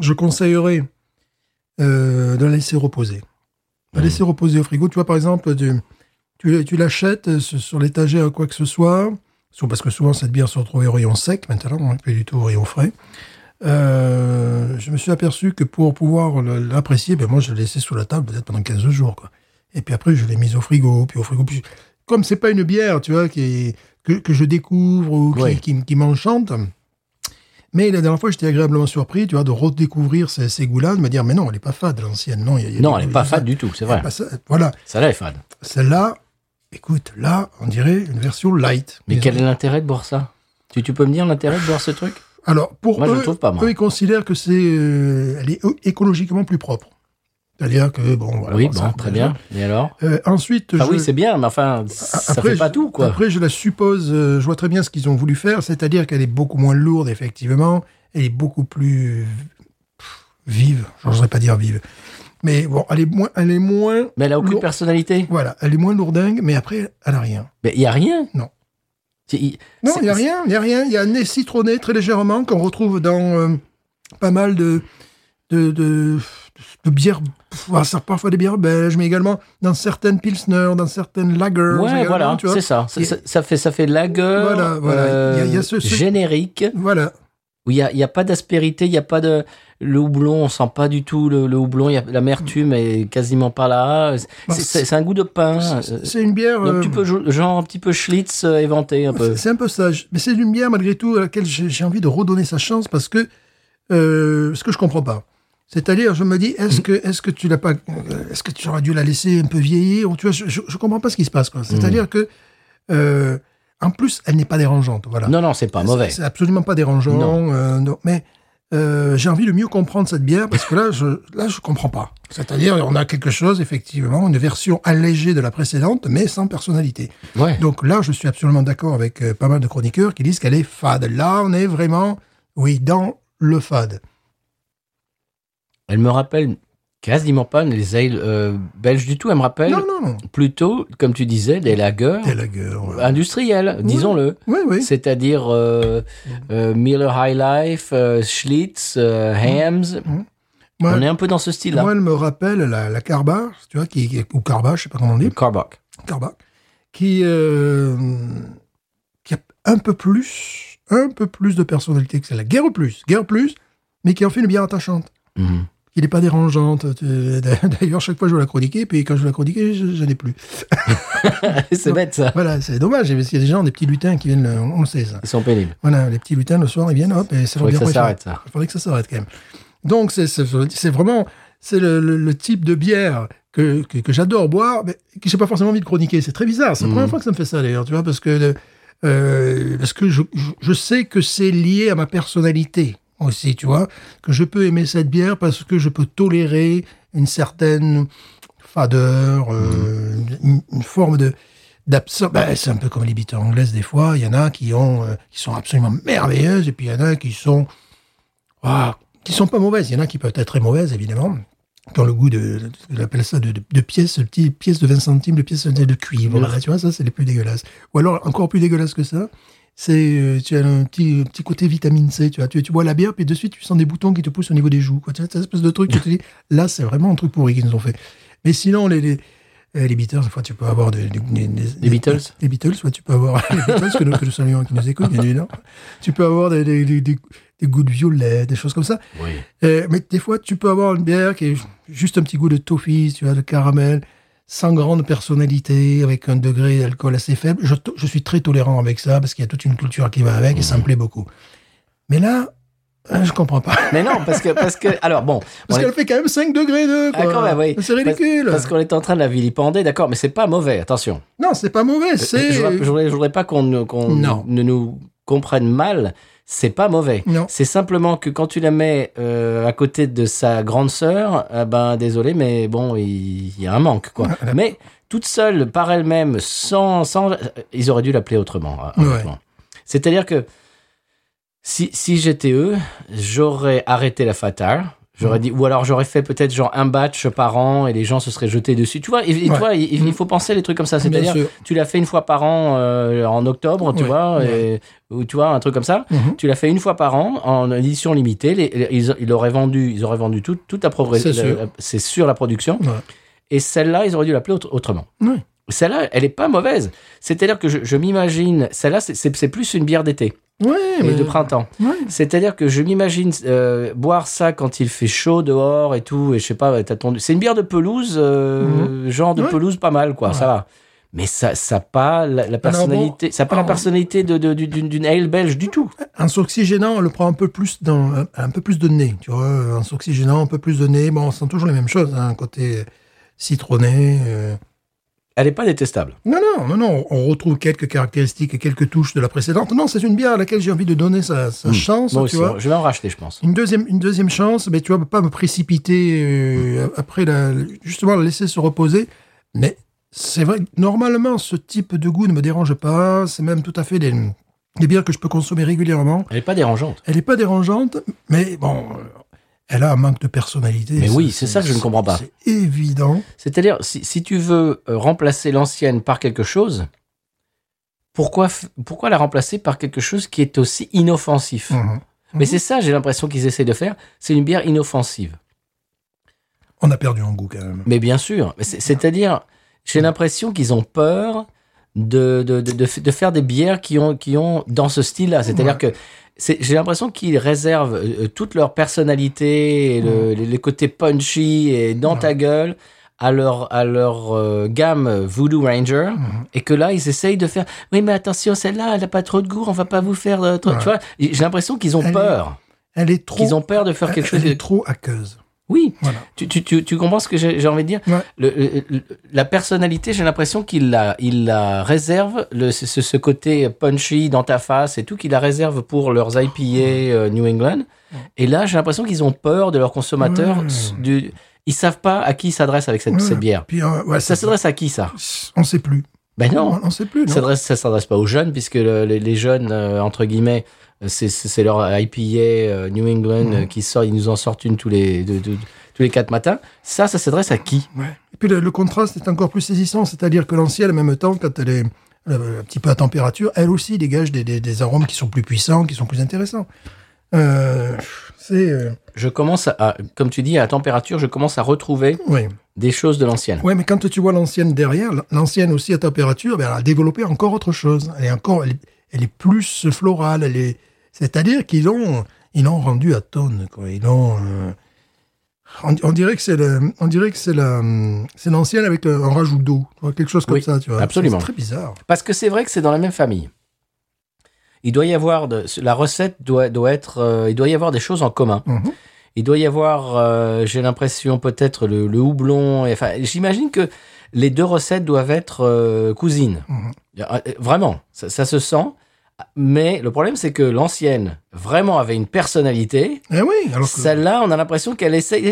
je conseillerais euh, de la laisser reposer. De la Mhm. laisser reposer au frigo. Tu vois, par exemple, tu, tu, tu l'achètes euh, sur sur l'étagère, quoi que ce soit. Sou- Parce que souvent, cette bière se retrouvait au rayon sec maintenant, hein, plus du tout au rayon frais. Euh, je me suis aperçu que pour pouvoir le- l'apprécier, ben moi, je l'ai laissé sous la table peut-être pendant 15 jours. Quoi. Et puis après, je l'ai mise au frigo, puis au frigo. Puis... Comme c'est pas une bière, tu vois, qui est- que, que je découvre ou qui, Ouais. qui- qui m'enchante, mais la dernière fois, j'étais agréablement surpris, tu vois, de redécouvrir ces, ces goûts-là, de me dire, mais non, elle n'est pas fade, l'ancienne. Non, il y a- il y a Non, des elle goûts, n'est pas tout ça. fade du tout, c'est Elle est vrai. pas ça. Voilà, Celle-là est fade. celle-là, écoute, là, on dirait une version light. Mais quel est l'intérêt de boire ça tu, tu peux me dire l'intérêt de boire ce truc Alors, pour Moi, je eux, le trouve pas, moi. eux, ils considèrent que c'est, euh, elle est euh, écologiquement plus propre. C'est-à-dire que, bon, voilà. Oui, bon, bon, ça, très bien. Et alors Euh, ensuite, Ah je- oui, c'est bien, mais enfin, ça fait je- pas tout, quoi. Après, je la suppose, euh, je vois très bien ce qu'ils ont voulu faire, c'est-à-dire qu'elle est beaucoup moins lourde, effectivement. Elle est beaucoup plus pff, vive, j'oserais pas dire vive. Mais bon, elle est moins, elle est moins, Mais elle a aucune Lourd. personnalité. voilà, elle est moins lourdingue, mais après, elle a rien. Mais il y a rien. Non. C'est- il- Non, c'est- il y a rien, il y a rien. Il y a un nez citronné très légèrement qu'on retrouve dans euh, pas mal de de, de, de bières, pff, parfois des bières belges, mais également dans certaines pilsner, dans certaines lagers. Ouais, également, voilà, hein, tu vois. c'est ça. Ça, Et- ça- ça fait, ça fait lagueur, Voilà, voilà. euh, Il y a- il y a ce- ce- générique, Voilà. où il n'y a, il y a pas d'aspérité, il n'y a pas de... Le houblon, on sent pas du tout le, le houblon, il y a- l'amertume est quasiment pas là. C'est- Bah, C'est c'est un goût de pain. euh, C'est- C'est une bière. Donc euh, tu peux jou- genre un petit peu Schlitz euh, éventé un peu. c'est- c'est un peu ça. Je- Mais c'est une bière, malgré tout, à laquelle j'ai j'ai envie de redonner sa chance parce que euh, ce que je comprends pas. C'est-à-dire, je me dis, est-ce que, est-ce que tu l'as pas, euh, est-ce que tu aurais dû la laisser un peu vieillir ou tu vois, je, je, je comprends pas ce qui se passe. Hmm. quoi. C'est-à-dire que, euh, en plus, elle n'est pas dérangeante. Voilà. Non, non, c'est pas mauvais. C'est c'est absolument pas dérangeant. euh, non. Mais euh, j'ai envie de mieux comprendre cette bière parce que là, je là, je comprends pas. C'est-à-dire, on a quelque chose, effectivement, une version allégée de la précédente, mais sans personnalité. Ouais. Donc là, je suis absolument d'accord avec euh, pas mal de chroniqueurs qui disent qu'elle est fade. Là, on est vraiment, oui, dans le fade. Elle me rappelle quasiment pas les ales euh, belges du tout. Elle me rappelle Non, non, non. plutôt, comme tu disais, des lagers T'es la gueule. ouais. industriels, disons-le. Oui, oui. Mm. C'est-à-dire euh, euh, Miller High Life, euh, Schlitz, euh, Mm. Hams. Moi, On est un peu dans ce style-là. moi, elle me rappelle la, la Carba, tu vois, qui, qui- ou Carba, je sais pas comment on dit. Le Carbock. Carbac, qui, euh, qui a un peu plus, un peu plus de personnalité que celle-là. Guerre plus, guerre plus, mais qui en fait une bière attachante. Mhm. Qui n'est pas dérangeante. Euh, D'ailleurs, chaque fois, je vais la chroniquais, puis quand je la chroniquais, je, je n'ai plus. c'est bête, ça. Voilà, c'est dommage, parce qu'il y a des gens, des petits lutins qui viennent, le- on le sait, ça. Ils sont pénibles. Voilà, les petits lutins, le soir, ils viennent, hop, et c'est leur Faudrait que bière ça préférée. s'arrête, ça. Il faudrait que ça s'arrête quand même. Donc, c'est- c'est c'est vraiment c'est le, le- le type de bière que, que, que j'adore boire, mais que j'ai pas forcément envie de chroniquer. C'est très bizarre. C'est la Mhm. première fois que ça me fait ça, d'ailleurs, tu vois, parce que, euh, parce que je, je- je sais que c'est lié à ma personnalité aussi, tu vois, que je peux aimer cette bière parce que je peux tolérer une certaine fadeur, euh, une, une forme de d'absence. Bah, c'est un peu comme les bitters anglaises des fois. Il y en a qui ont, euh, qui sont absolument merveilleuses et puis il y en a qui sont, ah, qui sont pas mauvaises. Il y en a qui peuvent être très mauvaises évidemment, qui ont le goût de, on appelle ça de, de, de pièces, de petites pièces de 20 centimes, de pièces de, de cuivre. Voilà, tu vois, ça c'est les plus dégueulasses. Ou alors encore plus dégueulasse que ça. C'est, euh, tu as un petit, un petit côté vitamine C, tu vois. Tu, tu bois la bière, puis de suite, tu sens des boutons qui te poussent au niveau des joues, quoi. Tu vois, cette espèce de truc, tu te dis, là, c'est vraiment un truc pourri qu'ils nous ont fait. Mais sinon, les, les, euh, les Beatles, des fois, tu peux avoir des, des- des- des- Les Beatles Les Beatles, ouais, tu peux avoir les Beatles que nous, que nous saluons et qui nous écoutent, bien évidemment. Tu peux avoir des, des, des- des- des goûts de violet, des choses comme ça. Oui. Euh, mais des fois, tu peux avoir une bière qui est ju- juste un petit goût de toffee, tu vois, de caramel, sans grande personnalité, avec un degré d'alcool assez faible. Je, to- je suis très tolérant avec ça parce qu'il y a toute une culture qui va avec et ça me plaît beaucoup. Mais là, euh, je comprends pas. Mais non, parce que, parce que, alors bon. on Parce est- qu'elle fait quand même 5 degrés de. Ah, quoi. quand même, oui. C'est ridicule. Parce qu'on est en train de la vilipender, d'accord, mais c'est pas mauvais, attention. Non, c'est pas mauvais. Euh, C'est. Je, voudrais- je voudrais, je voudrais pas qu'on ne- qu'on Non. ne nous comprenne mal, c'est pas mauvais. Non. C'est simplement que quand tu la mets euh, à côté de sa grande sœur, ah ben désolé, mais bon, il, il y a un manque, quoi. mais toute seule, par elle-même, sans, sans, euh, ils auraient dû l'appeler autrement. hein, Ouais. honnêtement. C'est-à-dire que si, si j'étais eux, j'aurais arrêté la fatale. Mm. J'aurais dit, ou alors j'aurais fait peut-être genre un batch par an et les gens se seraient jetés dessus. Tu vois, et, et Ouais. toi, il, il faut penser les trucs comme ça. Bien C'est-à-dire, sûr. tu l'as fait une fois par an euh, en octobre, tu Ouais, vois, ouais. et- ou tu vois, un truc comme ça. Mhm. Tu l'as fait une fois par an en édition limitée. Les- les- ils, ils auraient vendu, ils auraient vendu tout- toute la C'est sûr. production. C'est sur la production. Ouais. Et celle-là, ils auraient dû l'appeler autre- autrement. Ouais. Celle-là, elle est pas mauvaise. C'est-à-dire que je, je m'imagine, celle-là, c'est- c'est c'est plus une bière d'été Ouais, et mais. de printemps. Ouais. C'est-à-dire que je m'imagine euh, boire ça quand il fait chaud dehors et tout, et je sais pas, t'as ton... c'est une bière de pelouse, euh, genre de Ouais. pelouse pas mal, quoi, Ouais. ça va. Mais ça, ça a pas la, la personnalité, ça a pas la oh. personnalité de- de- du- d'une d'une ale belge du tout. Un s'oxygénant, on le prend un peu plus dans un, un peu plus de nez, tu vois, un s'oxygénant, un peu plus de nez. Bon, on sent toujours les mêmes choses, hein, côté citronné. euh. Elle est pas détestable. Non, non, non, non, on retrouve quelques caractéristiques et quelques touches de la précédente. Non, c'est une bière à laquelle j'ai envie de donner sa, sa chance, Mmh. Moi tu aussi, hein. vois. je vais en racheter, je pense. Une deuxième, une deuxième chance, mais tu vois, pas me précipiter euh, après, la, justement, la laisser se reposer. Mais c'est vrai, que normalement, ce type de goût ne me dérange pas. C'est même tout à fait des, des bières que je peux consommer régulièrement. Elle est pas dérangeante. Elle n'est pas dérangeante, mais bon, euh, elle a un manque de personnalité. Mais oui, c'est ça que je ne comprends pas. C'est évident. C'est-à-dire, si, si tu veux euh, remplacer l'ancienne par quelque chose, pourquoi, f- pourquoi la remplacer par quelque chose qui est aussi inoffensif Mhm. Mais c'est ça, j'ai l'impression qu'ils essayent de faire. C'est une bière inoffensive. On a perdu en goût quand même. Mais bien sûr, mais c'est- c'est-à-dire, j'ai l'impression qu'ils ont peur de, de, de, de f- de faire des bières qui ont, qui ont dans ce style-là. C'est-à-dire que c'est- j'ai l'impression qu'ils réservent euh, toute leur personnalité, et le, les, les côtés punchy et dans ta gueule à leur, à leur euh, gamme Voodoo Ranger Mhm. et que là ils essayent de faire oui mais attention celle-là elle n'a pas trop de goût on va pas vous faire de trop- tu vois j'ai l'impression qu'ils ont Elle est- peur Elle est trop. qu'ils ont peur de faire elle- quelque chose Elle de est trop aqueuse. oui, Voilà. tu, tu, tu, tu comprends ce que j'ai j'ai envie de dire Ouais. Le- le- le- La personnalité, j'ai l'impression qu'il la, il la réserve, le, ce, ce- ce côté punchy dans ta face et tout, qu'il la réserve pour leurs IPA euh, New England. Et là, j'ai l'impression qu'ils ont peur de leurs consommateurs. Ouais. s- Du, ils savent pas à qui ils s'adressent avec cette, Ouais. ces bières. Puis, euh, ouais, Ça c'est- s'adresse à qui, ça On ne sait plus. Ben non, On ne sait plus. non. s'adresse- ça s'adresse pas aux jeunes, puisque le- les, les jeunes, euh, entre guillemets, euh, c'est- c'est c'est leur IPA euh, New England euh, qui sort, ils nous en sortent une tous les, de- de- tous les quatre matins. Ça, ça s'adresse à qui Ouais. Et puis le, le contraste est encore plus saisissant, c'est-à-dire que l'ancienne, en même temps, quand elle est euh, un petit peu à température, elle aussi dégage des, des- des arômes qui sont plus puissants, qui sont plus intéressants. Euh, c'est. euh, Je commence à- à, comme tu dis, à la température, je commence à retrouver oui. des choses de l'ancienne. Ouais, mais quand tu vois l'ancienne derrière, l'ancienne aussi à température, ben, elle a développé encore autre chose. Elle est encore, elle est, elle est plus florale. Elle est, c'est-à-dire qu'ils l'ont, ils l'ont rendue atone. Quoi. Ils l'ont. euh, on, on dirait que c'est le, on dirait que c'est la, hum, c'est l'ancienne avec le- un rajout d'eau, tu vois, quelque chose comme Oui, ça, tu vois. absolument. C'est très bizarre. Parce que c'est vrai que c'est dans la même famille. Il doit y avoir de, la recette doit, doit être, euh, il doit y avoir des choses en commun. Mhm. Il doit y avoir, euh, j'ai l'impression peut-être le, le houblon. et- Enfin, j'imagine que les deux recettes doivent être euh, cousines. Mhm. Euh, Vraiment, ça, ça se sent. Mais le problème, c'est que l'ancienne vraiment avait une personnalité. Eh oui, alors que Celle-là, on a l'impression qu'elle essaie.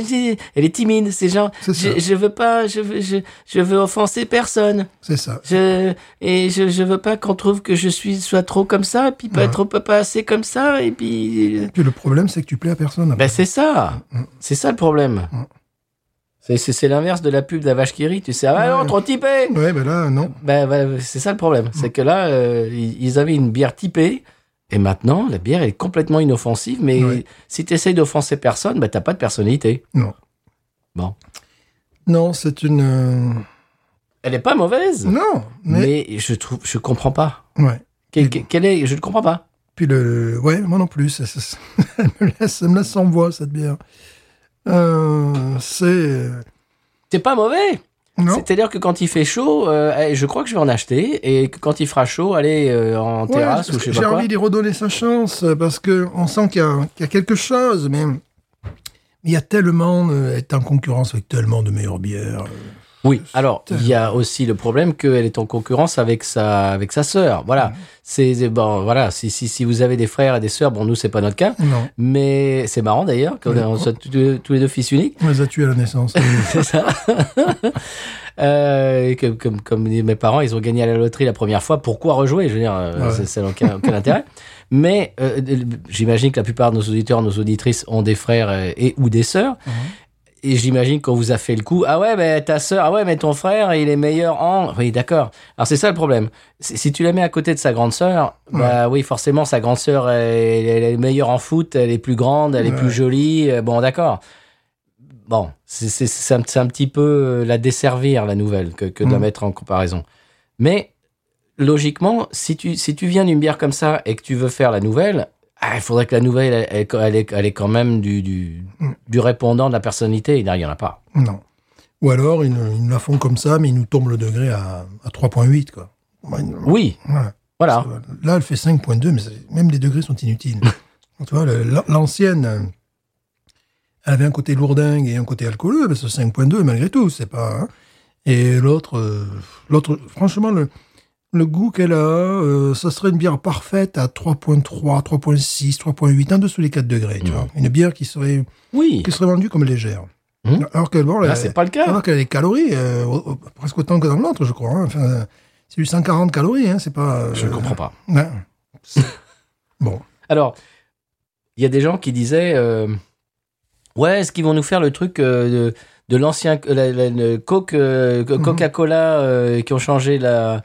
Elle est timide. C'est genre, C'est ça. je, je veux pas, je veux, je, je veux offenser personne. c'est ça. Je, et je, je veux pas qu'on trouve que je suis soit trop comme ça, puis pas Ouais. trop pas assez comme ça, et puis. euh, Puis le problème, c'est que tu plais à personne. Ben c'est ça, c'est ça le problème. Mm. C'est- C'est c'est l'inverse de la pub de la vache qui rit, tu sais, ah non, Ouais. trop typé Ouais, ben là, non. ben, ben, C'est ça le problème, c'est Mm. que là, euh, ils ils avaient une bière typée, et maintenant, la bière est complètement inoffensive, mais Ouais. si tu essayes d'offenser personne, ben t'as pas de personnalité. Non. Bon. Non, c'est une. euh, Elle est pas mauvaise, Non, mais. mais je trouve, je comprends pas. Ouais. Quelle- quelle est, je ne comprends pas. Puis le. Ouais, moi non plus. Ça, ça- ça- elle, me laisse, ça me laisse sans voix, cette bière. Euh, c'est. euh, C'est pas mauvais. Non. C'est-à-dire que quand il fait chaud, euh, eh, je crois que je vais en acheter et que quand il fera chaud, aller euh, en Ouais, terrasse ou je sais j'ai pas quoi. envie d'y redonner sa chance euh, parce que on sent qu'il y, a- qu'il y a quelque chose, mais mais il y a tellement, euh, elle est en concurrence avec tellement de meilleures bières. Oui. Alors, il y a aussi le problème qu'elle est en concurrence avec sa avec sa sœur. Voilà. Mm. C'est c'est- bon. Voilà. Si si si vous avez des frères et des sœurs, bon nous c'est pas notre cas, Non, mais c'est marrant d'ailleurs qu'on Oui. on soit tous deux- tous les deux fils uniques. on les a tués à la naissance. C'est ça. Euh, et comme, comme, comme mes parents, ils ont gagné à la loterie la première fois. Pourquoi rejouer Je veux dire, euh, Ouais. c'est- ça n'a aucun, aucun intérêt. Mais euh, j'imagine que la plupart de nos auditeurs, nos auditrices ont des frères euh, et ou des sœurs. Et j'imagine qu'on vous a fait le coup. Ah ouais, mais ta sœur, ah ouais, mais ton frère, il est meilleur en. Oui, d'accord. Alors c'est ça le problème. Si si tu la mets à côté de sa grande sœur, bah oui, forcément, sa grande sœur, elle, elle est meilleure en foot, elle est plus grande, elle est plus Ouais. jolie. Euh, Bon, d'accord. Bon, c'est- c'est c'est un, c'est un petit peu euh, la desservir, la nouvelle, que, que de la Mm. mettre en comparaison. Mais logiquement, si tu, si tu viens d'une bière comme ça et que tu veux faire la nouvelle, ah, il faudrait que la nouvelle, elle, elle- elle est, elle est quand même du, du, Mm. du répondant de la personnalité. Et là, il n'y en a pas. non. Ou alors ils, nous- ils nous la font comme ça, mais ils nous tombent le degré à, à 3.8 quoi. Oui, Voilà. voilà. Là, elle fait 5.2, mais c'est- même les degrés sont inutiles. tu vois, le- l'an- l'ancienne, euh, elle avait un côté lourdingue et un côté alcooleux, mais ce 5.2, malgré tout, c'est pas. hein. Et l'autre, euh, l'autre, franchement, le, le goût qu'elle a, euh, ça serait une bière parfaite à 3.3, 3.6, 3.8, en dessous des 4 degrés, tu Mm. vois. Une bière qui serait, Oui. qui serait vendue comme légère. Mm. Alors que, bon, Là, elle- c'est pas le cas. alors qu'elle a des calories, euh, au- au- presque autant que dans l'autre, je crois. hein. Enfin, c'est du 140 calories, hein, c'est pas. euh, Je ne comprends pas. Ouais. bon. Alors, il y a des gens qui disaient euh, Ouais, est-ce qu'ils vont nous faire le truc euh, de, de l'ancien euh, la- la- le Coke, euh, Co- Mhm. Coca-Cola euh, qui ont changé la.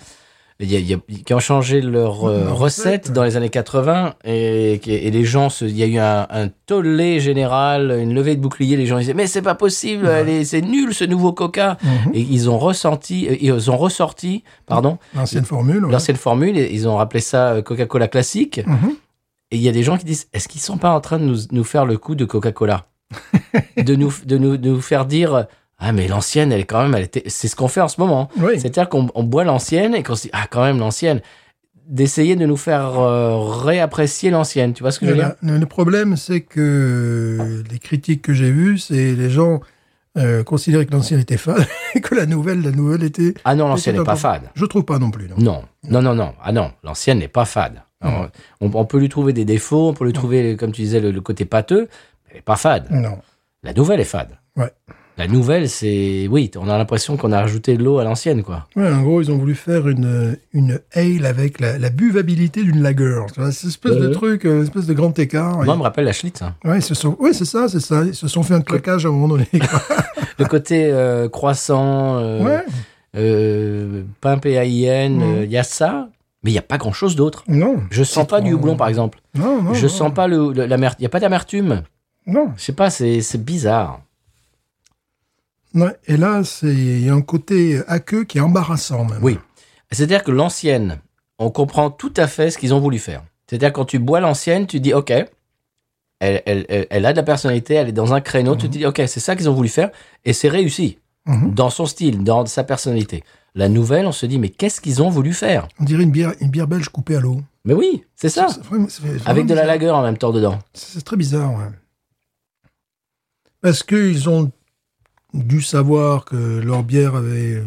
il y a- il y a- qui ont changé leur euh, Leur recette recette, ouais. dans les années 80 et, qui- et les gens, se- il y a eu un, un tollé général, une levée de bouclier. Les gens disaient mais c'est pas possible, Ouais. elle est- c'est nul ce nouveau Coca. Mhm. Et ils ont ressenti, euh, ils ont ressorti, pardon, L'ancienne formule. ouais. l'ancienne formule. et Ils ont rappelé ça euh, Coca-Cola classique. Mhm. Et il y a des gens qui disent est-ce qu'ils sont pas en train de nous, nous faire le coup de Coca-Cola de, nous, de, nous, de nous faire dire ah mais l'ancienne elle est quand même elle était c'est ce qu'on fait en ce moment hein. Oui. c'est-à-dire qu'on on boit l'ancienne et qu'on se dit ah quand même l'ancienne d'essayer de nous faire euh, réapprécier l'ancienne tu vois ce que je veux dire Le, le- le problème, c'est que les critiques que j'ai vues, c'est les gens euh, considéraient que l'ancienne était fade et que la nouvelle, la nouvelle était. ah non l'ancienne n'est pas fade Je trouve pas non plus. non. non non non non ah non l'ancienne n'est pas fade Alors, on, on peut lui trouver des défauts on peut lui trouver comme tu disais le, le côté pâteux mais elle n'est pas fade Non. la nouvelle est fade Ouais. la nouvelle c'est oui on a l'impression qu'on a rajouté de l'eau à l'ancienne quoi Ouais, en gros, ils ont voulu faire une, une ale avec la, la buvabilité d'une lager. Tu vois, C'est une espèce de Ouais. truc, euh, une espèce de grand écart. Moi, on me rappelle la Schlitz. hein. Ouais, ils se sont- ouais, c'est ça, c'est ça. Ils se sont fait un claquage à un moment donné. quoi. Le côté euh, croissant, euh, Ouais. Mhm. euh, pain PAIN, euh, il y a ça, mais il n'y a pas grand-chose d'autre. Non. Je sens pas du houblon, par exemple. Non, non. je non. sens pas le, le- l'amertume. Il n'y a pas d'amertume. Non. Je sais pas, c'est, c'est bizarre. Ouais, et là, c'est- il y a un côté aqueux qui est embarrassant même. Oui. C'est-à-dire que l'ancienne, on comprend tout à fait ce qu'ils ont voulu faire. C'est-à-dire quand tu bois l'ancienne, tu dis OK, elle, elle- elle- elle a de la personnalité, elle est dans un créneau, tu te dis OK, c'est ça qu'ils ont voulu faire et c'est réussi Mhm. dans son style, dans sa personnalité. La nouvelle, on se dit mais qu'est-ce qu'ils ont voulu faire On dirait une bière, une bière belge coupée à l'eau. Mais oui, c'est ça. C'est vraiment- c'est vraiment Avec de la bizarre. lagueur en même temps dedans. C'est c'est très bizarre. ouais. Parce qu'ils ont dû savoir que leur bière avait euh,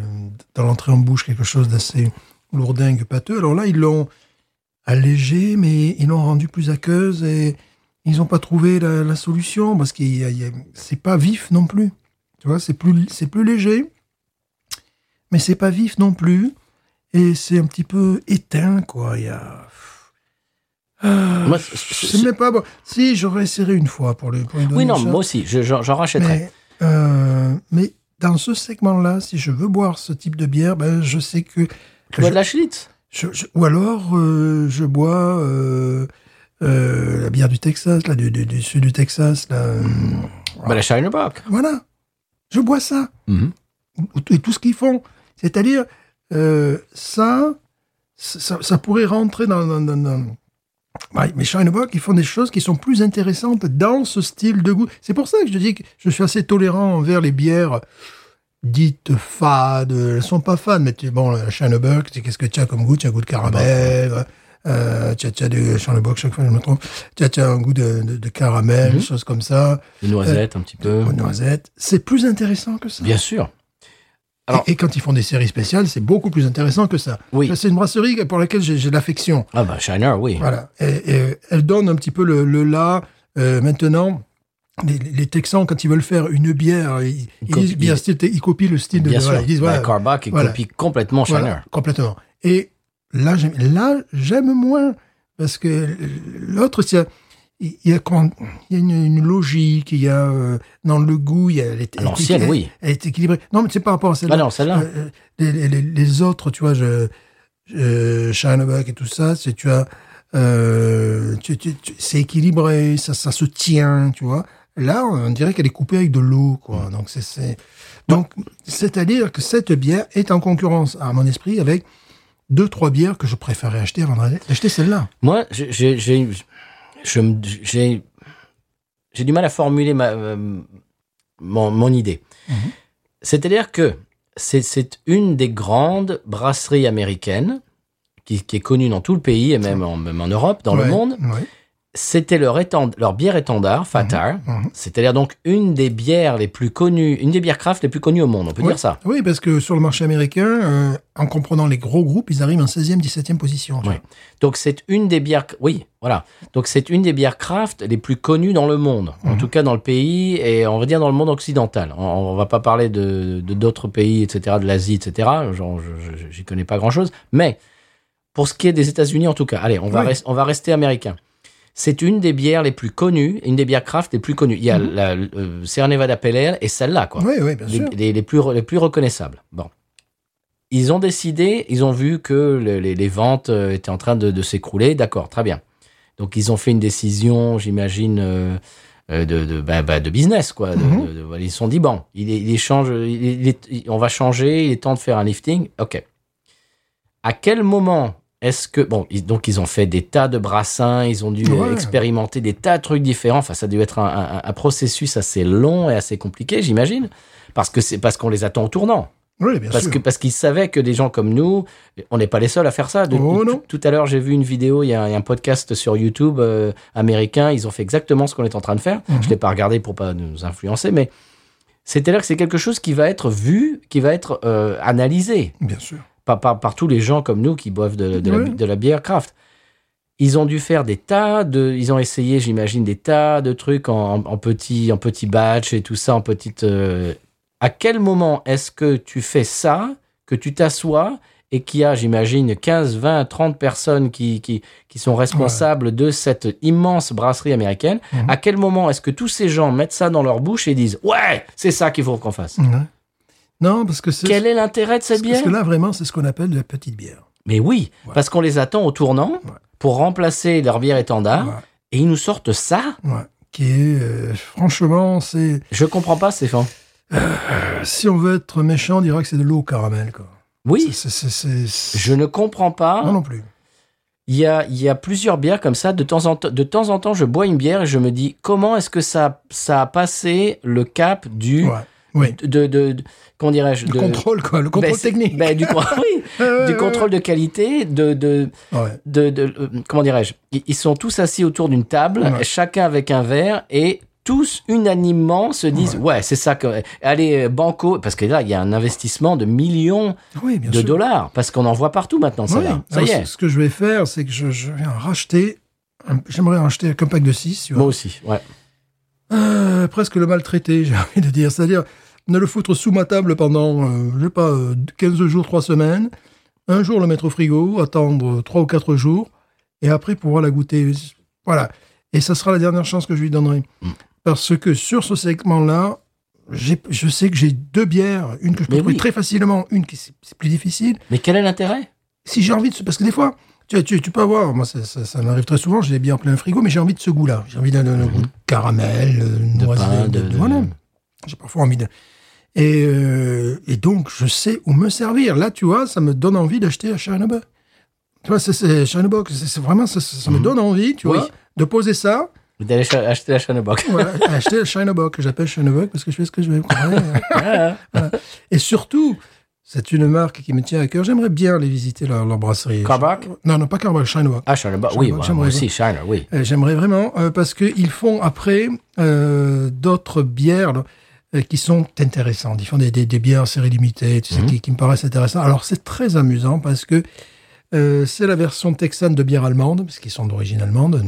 dans l'entrée en bouche quelque chose d'assez lourdingue, pâteux. Alors là, ils l'ont allégé, mais ils l'ont rendu plus aqueuse et ils n'ont pas trouvé la, la solution parce que c'est pas vif non plus. Tu vois, c'est plus, c'est plus léger, mais c'est pas vif non plus. Et c'est un petit peu éteint, quoi. Il y a. Ah, Moi, je- c'est- je sais même pas. bon. Si, j'aurais essayé une fois pour le. Pour lui Oui, donner non, une moi aussi, je- j'en j'en chance. rachèterai. mais, euh, mais dans ce segment-là, si je veux boire ce type de bière, ben, je sais que. Tu vois je- de la Schlitz je- je- ou alors, euh, je bois euh, euh, la bière du Texas, là, du, du- du sud du Texas. Là, euh, bah, La Shinerbach. voilà. Je bois ça. ou tout- et tout ce qu'ils font. C'est-à-dire, euh, ça, ça, ça pourrait rentrer dans, dans- dans- dans- Ouais, mais Shinebock, ils font des choses qui sont plus intéressantes dans ce style de goût. C'est pour ça que je dis que je suis assez tolérant envers les bières dites fades. Elles sont pas fades, mais tu- bon, euh, Shinebock, c'est qu'est-ce que tu as comme goût Tu as un goût de caramel. Euh, tu as, tu as du Shinebock, chaque fois je me trompe. Tu as, tu as un goût de, de- de caramel, des choses comme ça, Les noisettes, un petit peu. aux noisettes. C'est plus intéressant que ça. Mm-hmm. Bien sûr. Et- Alors- et, quand ils font des séries spéciales, c'est beaucoup plus intéressant que ça. Oui. Ça, C'est une brasserie pour laquelle j'ai j'ai de l'affection. Ah bah Shiner, oui. Voilà. Et, et elle donne un petit peu le, le là. Euh, maintenant, les, les Texans, quand ils veulent faire une bière, ils, Ils ils copient. disent bien style, ils copient le style de Bien voilà, sûr. ils disent Bah, voilà, Carback il voilà. copie complètement Shiner. voilà, complètement. Et là, j'aime, là, j'aime moins parce que l'autre, c'est- il il y a, comment- il y a une, une logique, il y a euh, dans le goût, il y a elle est- À l'ancienne, elle est- oui. elle est équilibrée. Non, mais c'est par rapport à celle-là. Ah non, celle-là. Euh, euh, les, les- les- les autres, tu vois, je, je, Shineback et tout ça, c'est tu as, euh, tu- tu- tu- c'est équilibré, ça, ça se tient, tu vois. Là, on dirait qu'elle est coupée avec de l'eau, quoi. Mm. Donc c'est, c'est, donc c'est-à-dire que cette bière est en concurrence, à mon esprit, avec deux trois bières que je préférais acheter avant d'aller- d'acheter celle-là. Moi, j'ai- j'ai j'ai- je me- j'ai- j'ai du mal à formuler ma, euh, mon, mon idée. Mhm. C'est-à-dire que c'est- c'est une des grandes brasseries américaines qui, qui est connue dans tout le pays et même en, même en Europe, dans Ouais, le monde. ouais. C'était leur, étend- leur bière étendard, Fatar. mhm. C'est-à-dire donc une des bières les plus connues, une des bières craft les plus connues au monde, on peut Oui. dire ça. Oui, parce que sur le marché américain, euh, en comprenant les gros groupes, ils arrivent en 16e, 17e position. tu Ouais. Donc c'est une des bières, oui, voilà. Donc c'est une des bières craft les plus connues dans le monde, Mhm. en tout cas dans le pays et on va dire dans le monde occidental. On, on va pas parler de de- d'autres pays, etc., de l'Asie, etc. Genre, je- je- j'y connais pas grand chose. Mais pour ce qui est des États-Unis, en tout cas, allez, on va Oui. res- on va rester américain. C'est une des bières les plus connues, une des bières craft les plus connues. Il y a la euh, Sierra Nevada Pale Ale et celle-là, quoi vois. Mhm. Oui, oui, bien les, sûr. les- les plus, re- les plus reconnaissables. Bon. Ils ont décidé, ils ont vu que le- les, les ventes euh, étaient en train de, de s'écrouler. D'accord, très bien. Donc, ils ont fait une décision, j'imagine, euh, euh, de, de, bah, bah, de business, quoi. De- Mhm. de- de- voilà, ils se sont dit, bon, il, est- il est change- il est- il est- il- on va changer, il est temps de faire un lifting. OK. À quel moment est-ce que. Bon, ils- donc, ils ont fait des tas de brassins, ils ont dû euh, Ouais. expérimenter des tas de trucs différents. Enfin, ça a dû être un- un- un processus assez long et assez compliqué, j'imagine. Parce que c'est parce qu'on les attend au tournant. Oui, bien Parce sûr. que parce qu'ils savaient que des gens comme nous, on n'est pas les seuls à faire ça. De- Oh, tout- non. Tout à l'heure, j'ai vu une vidéo, il y, a un- il y a un podcast sur YouTube euh, américain. Ils ont fait exactement ce qu'on est en train de Mhm. faire. Je l'ai pas regardé pour pas nous influencer, mais c'est-à-dire que c'est quelque chose qui va être vu, qui va être euh, analysé Bien sûr. par, par, par tous les gens comme nous qui boivent de, de la, Ouais. bi- de la bière craft. Ils ont dû faire des tas de, ils ont essayé, j'imagine, des tas de trucs en, en, en petit, en petit batch et tout ça, en petite. euh, À quel moment est-ce que tu fais ça, que tu t'assois et qu'il y a, j'imagine, 15, 20, 30 personnes qui, qui, qui sont responsables de cette immense brasserie américaine Mhm. À quel moment est-ce que tous ces gens mettent ça dans leur bouche et disent ouais, c'est ça qu'il faut qu'on fasse Ouais. Non, parce que c'est. Quel est l'intérêt de cette Parce- bière Parce que là, vraiment, c'est ce qu'on appelle la petite bière. Mais oui, Ouais. parce qu'on les attend au tournant pour remplacer leur bière étendard Ouais. et ils nous sortent ça. Ouais. Qui est, euh, franchement, c'est. Je comprends pas, Stéphane. Si on veut être méchant, on dira que c'est de l'eau au caramel, quoi. Oui, C'est- c'est- c'est- c'est- je ne comprends Moi pas. non plus. Il y a, il y a plusieurs bières comme ça. De temps, en temps, de temps en temps, je bois une bière et je me dis comment est-ce que ça, ça a passé le cap du. Ouais. Oui. De, de, de- comment dirais-je Le de- contrôle, quoi. Le Ben, contrôle c'est- technique. ben, du, oui, Ouais, du ouais, contrôle de qualité, de, de, Ouais. de, de- euh, comment dirais-je Ils- Ils sont tous assis autour d'une table, Ouais. chacun avec un verre et tous unanimement se disent ouais, c'est ça que allez euh, banco parce que là il y a un investissement de millions Oui, bien de sûr. dollars parce qu'on en voit partout maintenant ça Oui. là. ça Alors, y ce- est Ce que je vais faire, c'est que je, je vais en racheter. un- J'aimerais en acheter un pack de 6. moi aussi ouais Euh, presque le maltraiter, j'ai envie de dire. C'est-à-dire, ne le foutre sous ma table pendant, euh, je sais pas, euh, 15 jours, 3 semaines. Un jour, le mettre au frigo, attendre 3 ou 4 jours, et après pouvoir la goûter. Voilà. Et ça sera la dernière chance que je lui donnerai. Mm. Parce que sur ce segment-là, j'ai- je sais que j'ai deux bières. Une que je peux Mais trouver oui. très facilement, une qui c'est c'est plus difficile mais quel est l'intérêt si j'ai envie de ce... Parce que des fois, tu, tu, tu peux avoir, moi ça, ça, ça m'arrive très souvent, j'ai des bières plein frigo, mais j'ai envie de ce goût-là. J'ai envie d'un d'un goût de caramel, de noisette, pain, de- de, de- voilà. J'ai parfois envie de... Et, euh, et donc, je sais où me servir. Là, tu vois, ça me donne envie d'acheter à Charnaba. Tu vois, c'est- c'est Shinebox, c'est c'est vraiment, ça, ça- ça me donne envie, tu Oui. vois, de poser ça. D'aller ch- acheter la Shadowbox. Voilà, acheter le Shinebox, que j'appelle Shinebox parce que je fais ce que je veux. Ah. Et surtout, c'est une marque qui me tient à cœur. J'aimerais bien aller visiter leur, leur brasserie. Carbac Non, non, pas Carbac, Shinebox. Ah, Shadowbox, oui, Shadowbox, moi, moi j'aimerais aussi, Shiner, oui. Euh, J'aimerais vraiment, euh, parce qu'ils font après euh, d'autres bières là, euh, qui sont intéressantes. Ils font des, des, des bières en série limitée, tu sais, qui, qui me paraissent intéressantes. Alors, c'est très amusant parce que euh, c'est la version texane de bière allemande, parce qu'ils sont d'origine allemande,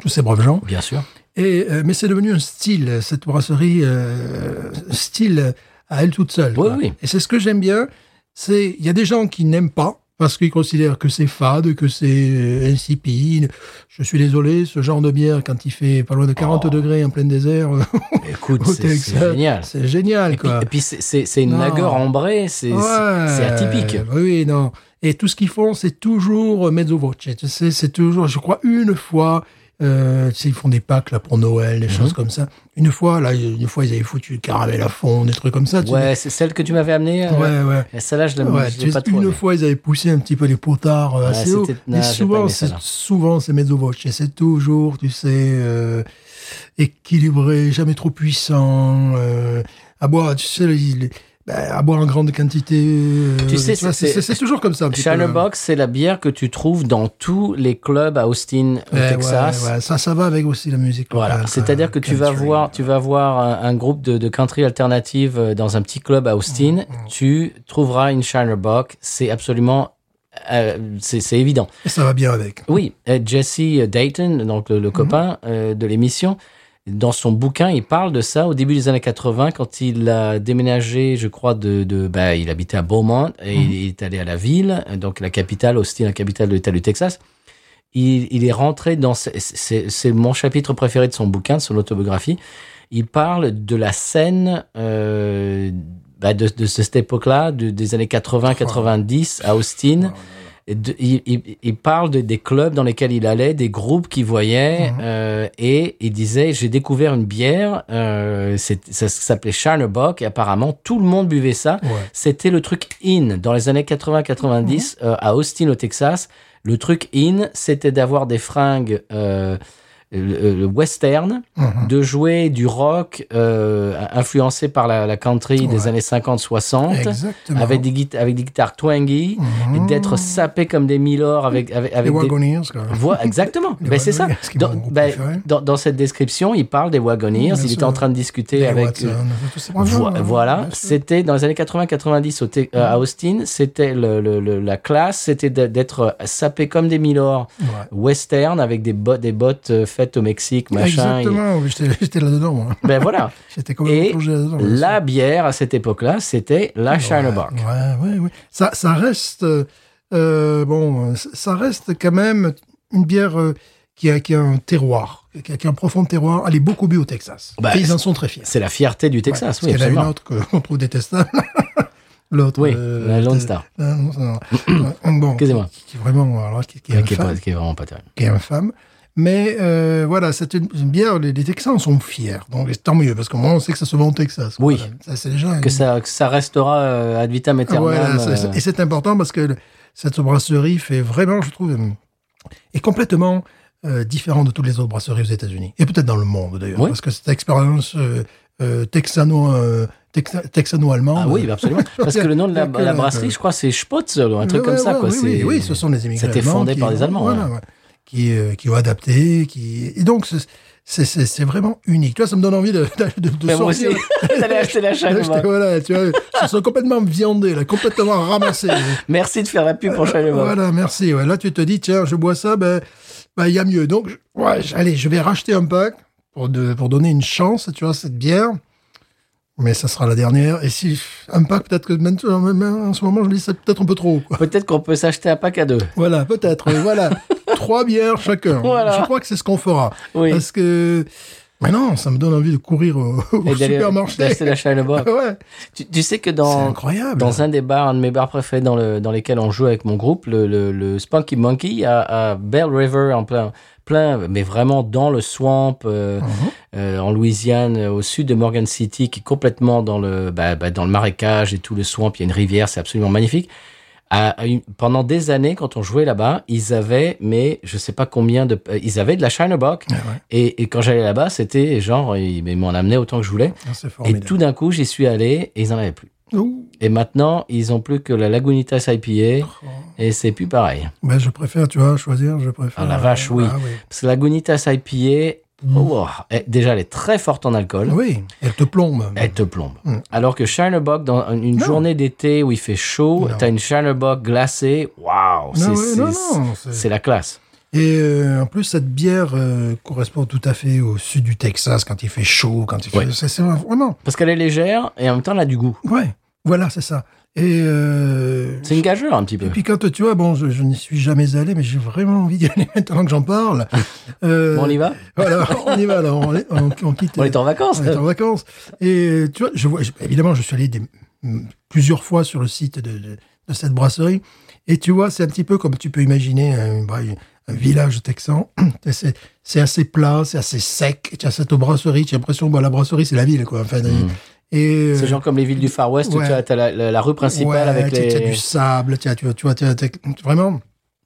tous ces braves gens. Bien sûr. Et, euh, mais c'est devenu un style, cette brasserie, euh, style à elle toute seule. Oui, quoi. oui. Et c'est ce que j'aime bien. C'est il y a des gens qui n'aiment pas parce qu'ils considèrent que c'est fade, que c'est euh, insipide. Je suis désolé, ce genre de bière quand il fait pas loin de 40 Oh. degrés en plein désert euh, Écoute, au c'est c'est Texas, génial. c'est génial quoi. Et puis, c'est- c'est c'est une Non. lager ambrée, c'est c'est- c'est Ouais. atypique. Oui, non. Et tout ce qu'ils font, c'est toujours euh, mezzo voce. Tu sais, c'est toujours, je crois, une fois. Euh, tu sais, ils font des packs là pour Noël, Mhm. des choses comme ça. Une fois, là, une fois, ils avaient foutu du caramel à fond, des trucs comme ça. tu Ouais, c'est celle que tu m'avais amenée. sais. euh, ouais, ouais. Et celle-là, je l'aime Ouais, je tu l'ai sais, pas trop. une aimée. fois, ils avaient poussé un petit peu les potards euh, Ouais, assez haut. c'était- non, Mais j'ai pas souvent, aimé c'est celle-là. souvent c'est mezzo voce. C'est toujours, tu sais, euh, équilibré, jamais trop puissant. euh, à boire, tu sais, les- les- ben, à boire en grande quantité. euh, Tu sais, vois, c'est- c'est c'est toujours comme ça. un petit peu. hein. Shadowbox, c'est la bière que tu trouves dans tous les clubs à Austin, au Eh Ouais, ouais, Texas. ouais, ça, ça va avec aussi la musique. Voilà, locale, hein, c'est-à-dire que quoi, tu vas country. voir, tu vas voir un, un groupe de, de country alternative euh, dans un petit club à Mm, Austin, tu trouveras une Shiner Bock, c'est absolument, euh, c'est c'est évident. Et ça va bien avec. Oui, euh, Jesse Dayton, donc le, le copain euh, de l'émission, dans son bouquin, il parle de ça au début des années 80, quand il a déménagé, je crois, de, de bah, il habitait à Beaumont et il est allé à la ville, donc la capitale, Austin, la capitale de l'État du Texas. Il, il est rentré dans, ce- c'est c'est mon chapitre préféré de son bouquin, de son autobiographie. Il parle de la scène euh, bah, de, de cette époque-là, de- des années 80-90 à Austin. Et de- il, il- il parle de- des clubs dans lesquels il allait, des groupes qu'il voyait, euh, et il disait j'ai découvert une bière, euh, c'est- ça, s'appelait Charlebock, et apparemment tout le monde buvait ça. Ouais. C'était le truc in dans les années 80-90 euh, à Austin au Texas. Le truc in, c'était d'avoir des fringues euh, le- le western, Mhm. de jouer du rock euh, influencé par la, la country des Ouais. années 50-60 Exactement. avec des, guita- avec des guitares twangy et Mhm. d'être sapé comme des milords avec avec, Les avec des Wagoneers, quoi. Voi- exactement. Les ben, c'est ça. Wagoneers, qui est Dans, mon groupe ben, préféré. dans, dans cette description, il parle des Wagoneers. Bien il était sûr. en train de discuter Les avec. Watson, tous ces Vo- braves gens, hein. voilà, Bien sûr. c'était dans les années 80-90 au Te- euh, Mm. à Austin, c'était le, le- le- la classe, c'était de- d'être euh, sapé comme des milords Ouais. western avec des, bottes des bottes euh, faites au Mexique, machin. Exactement, oui, j'étais j'étais là-dedans. moi. Et- ben voilà, J'étais complètement Et plongé là-dedans. bien la bière à cette époque-là, c'était la sûr. Shiner Ouais, Ouais, ouais, ouais. Ça, ça reste. euh, euh, bon, euh, ça reste quand même une bière euh, qui, a, qui a un terroir, qui a, qui a un profond terroir. Elle est beaucoup bu au Texas. Bah, Et ils en sont très fiers. C'est la fierté du Texas, Ouais, oui, parce qu'il y en a absolument. une autre que- qu'on trouve détestable. L'autre. Oui, euh, la Lone de- Star. Non, non, non, non. bon, Excusez-moi. Qui, qui est vraiment. Alors, qui, qui est qui, est infâme. pas- qui est vraiment pas terrible. qui est infâme. Mais euh, voilà, c'est une, une bière, les, les Texans sont fiers. Donc tant mieux, parce qu'au moins on sait que ça se vend au Texas. Oui. Voilà. Ça, c'est déjà. que ça, que ça restera euh, ad vitam aeternam. Voilà, c'est- euh, c'est- et c'est important parce que le- cette brasserie fait vraiment, je trouve, euh, est complètement euh, différent de toutes les autres brasseries aux États-Unis. Et peut-être dans le monde d'ailleurs. Oui. Parce que cette expérience euh, euh, texano, euh, texa- texano-allemande. Ah oui, bah absolument. Parce que le nom de la, euh. Donc, euh, la brasserie, je crois, c'est Spotz, ou un truc Ouais, comme ouais, ça. ouais, quoi. Oui, c'est oui, oui, ce sont les immigrés. C'était allemands fondé qui- par des Allemands, voilà, ouais. qui, euh, qui ont adapté, qui et donc c'est- c'est- c'est c'est vraiment unique. Tu vois, ça me donne envie de, de, de- de Mais moi sortir. aussi, t'allais acheter la chaîne. D'acheter, voilà, tu vois, ils sont complètement viandés, là, complètement ramassés. Merci de faire la pub pour Chalumeau. voilà, merci. ouais. Là, tu te dis, tiens, je bois ça, ben, ben, il y a mieux. Donc, je- ouais, j- allez, je vais racheter un pack pour, de, pour donner une chance, tu vois, à cette bière. Mais ça sera la dernière. Et si un pack, peut-être que maintenant, même en ce moment, je me dis, c'est peut-être un peu trop. quoi. Peut-être qu'on peut s'acheter un pack à deux. Voilà, peut-être. mais voilà, trois bières chacun. Voilà. Je crois que c'est ce qu'on fera. Oui. Parce que, mais non, ça me donne envie de courir au, au Et d'aller- supermarché. D'acheter la Chalumeau. Ouais, tu, tu sais que c'est dans, incroyable. dans un des bars, un de mes bars préférés dans, le, dans lesquels on joue avec mon groupe, le, le, le Spunky Monkey à, à Bell River, en plein, plein, mais vraiment dans le swamp, euh, Mhm. euh, en Louisiane, euh, au sud de Morgan City, qui est complètement dans le, bah, bah, dans le marécage et tout le swamp. Il y a une rivière, c'est absolument magnifique. à- à une- pendant des années, quand on jouait là-bas, ils avaient, mais je sais pas combien de, euh, ils avaient de la China Bock. Ah ouais, Et, et quand j'allais là-bas, c'était genre, ils, ils m'en amenaient autant que je voulais. non, Ah, c'est Et formidable. tout d'un coup, j'y suis allé et ils en avaient plus. Ouh. Et maintenant, ils ont plus que la Lagunitas IPA et c'est plus pareil. Ben, je préfère, tu vois, choisir, je préfère. Ah, la vache, oui. Ah, oui. Parce que la Lagunitas IPA, oh, eh, déjà, elle est très forte en alcool. Mm. Oui, elle te plombe. Elle te plombe. Mm. Alors que Shinerbock, dans une Non. journée d'été où il fait chaud, Non. t'as une Shinerbock glacée. Waouh, Non, c'est- ouais, non, c'est- non, c'est- c'est la classe. Et euh, en plus, cette bière euh, correspond tout à fait au sud du Texas quand il fait chaud, quand il fait. Ouais. c'est- C'est vraiment. Parce qu'elle est légère et en même temps, elle a du goût. Ouais, voilà, c'est ça. Et. euh, C'est une gageure un petit peu. Et puis quand tu vois, bon, je, je n'y suis jamais allé, mais j'ai vraiment envie d'y aller maintenant que j'en parle. Euh, Bon, on y va Voilà, on y va. Alors, on, est- on- on quitte. euh, On est en vacances. on est en vacances. Et tu vois, je vois, je- évidemment, je suis allé des- m- plusieurs fois sur le site de, de- de cette brasserie. Et tu vois, c'est un petit peu comme tu peux imaginer un, bah, un village texan. C'est c'est assez plat, c'est assez sec. Tu as cette brasserie, tu as l'impression, bah, la brasserie, c'est la ville, quoi. Enfin, et, Hmm. C'est euh, genre comme les villes du Far West où Ouais. tu as, la, la- la rue ouais, principale avec tu- tu as les. du sable, tu as, tu vois, tu vois, tu as- tu as- vraiment.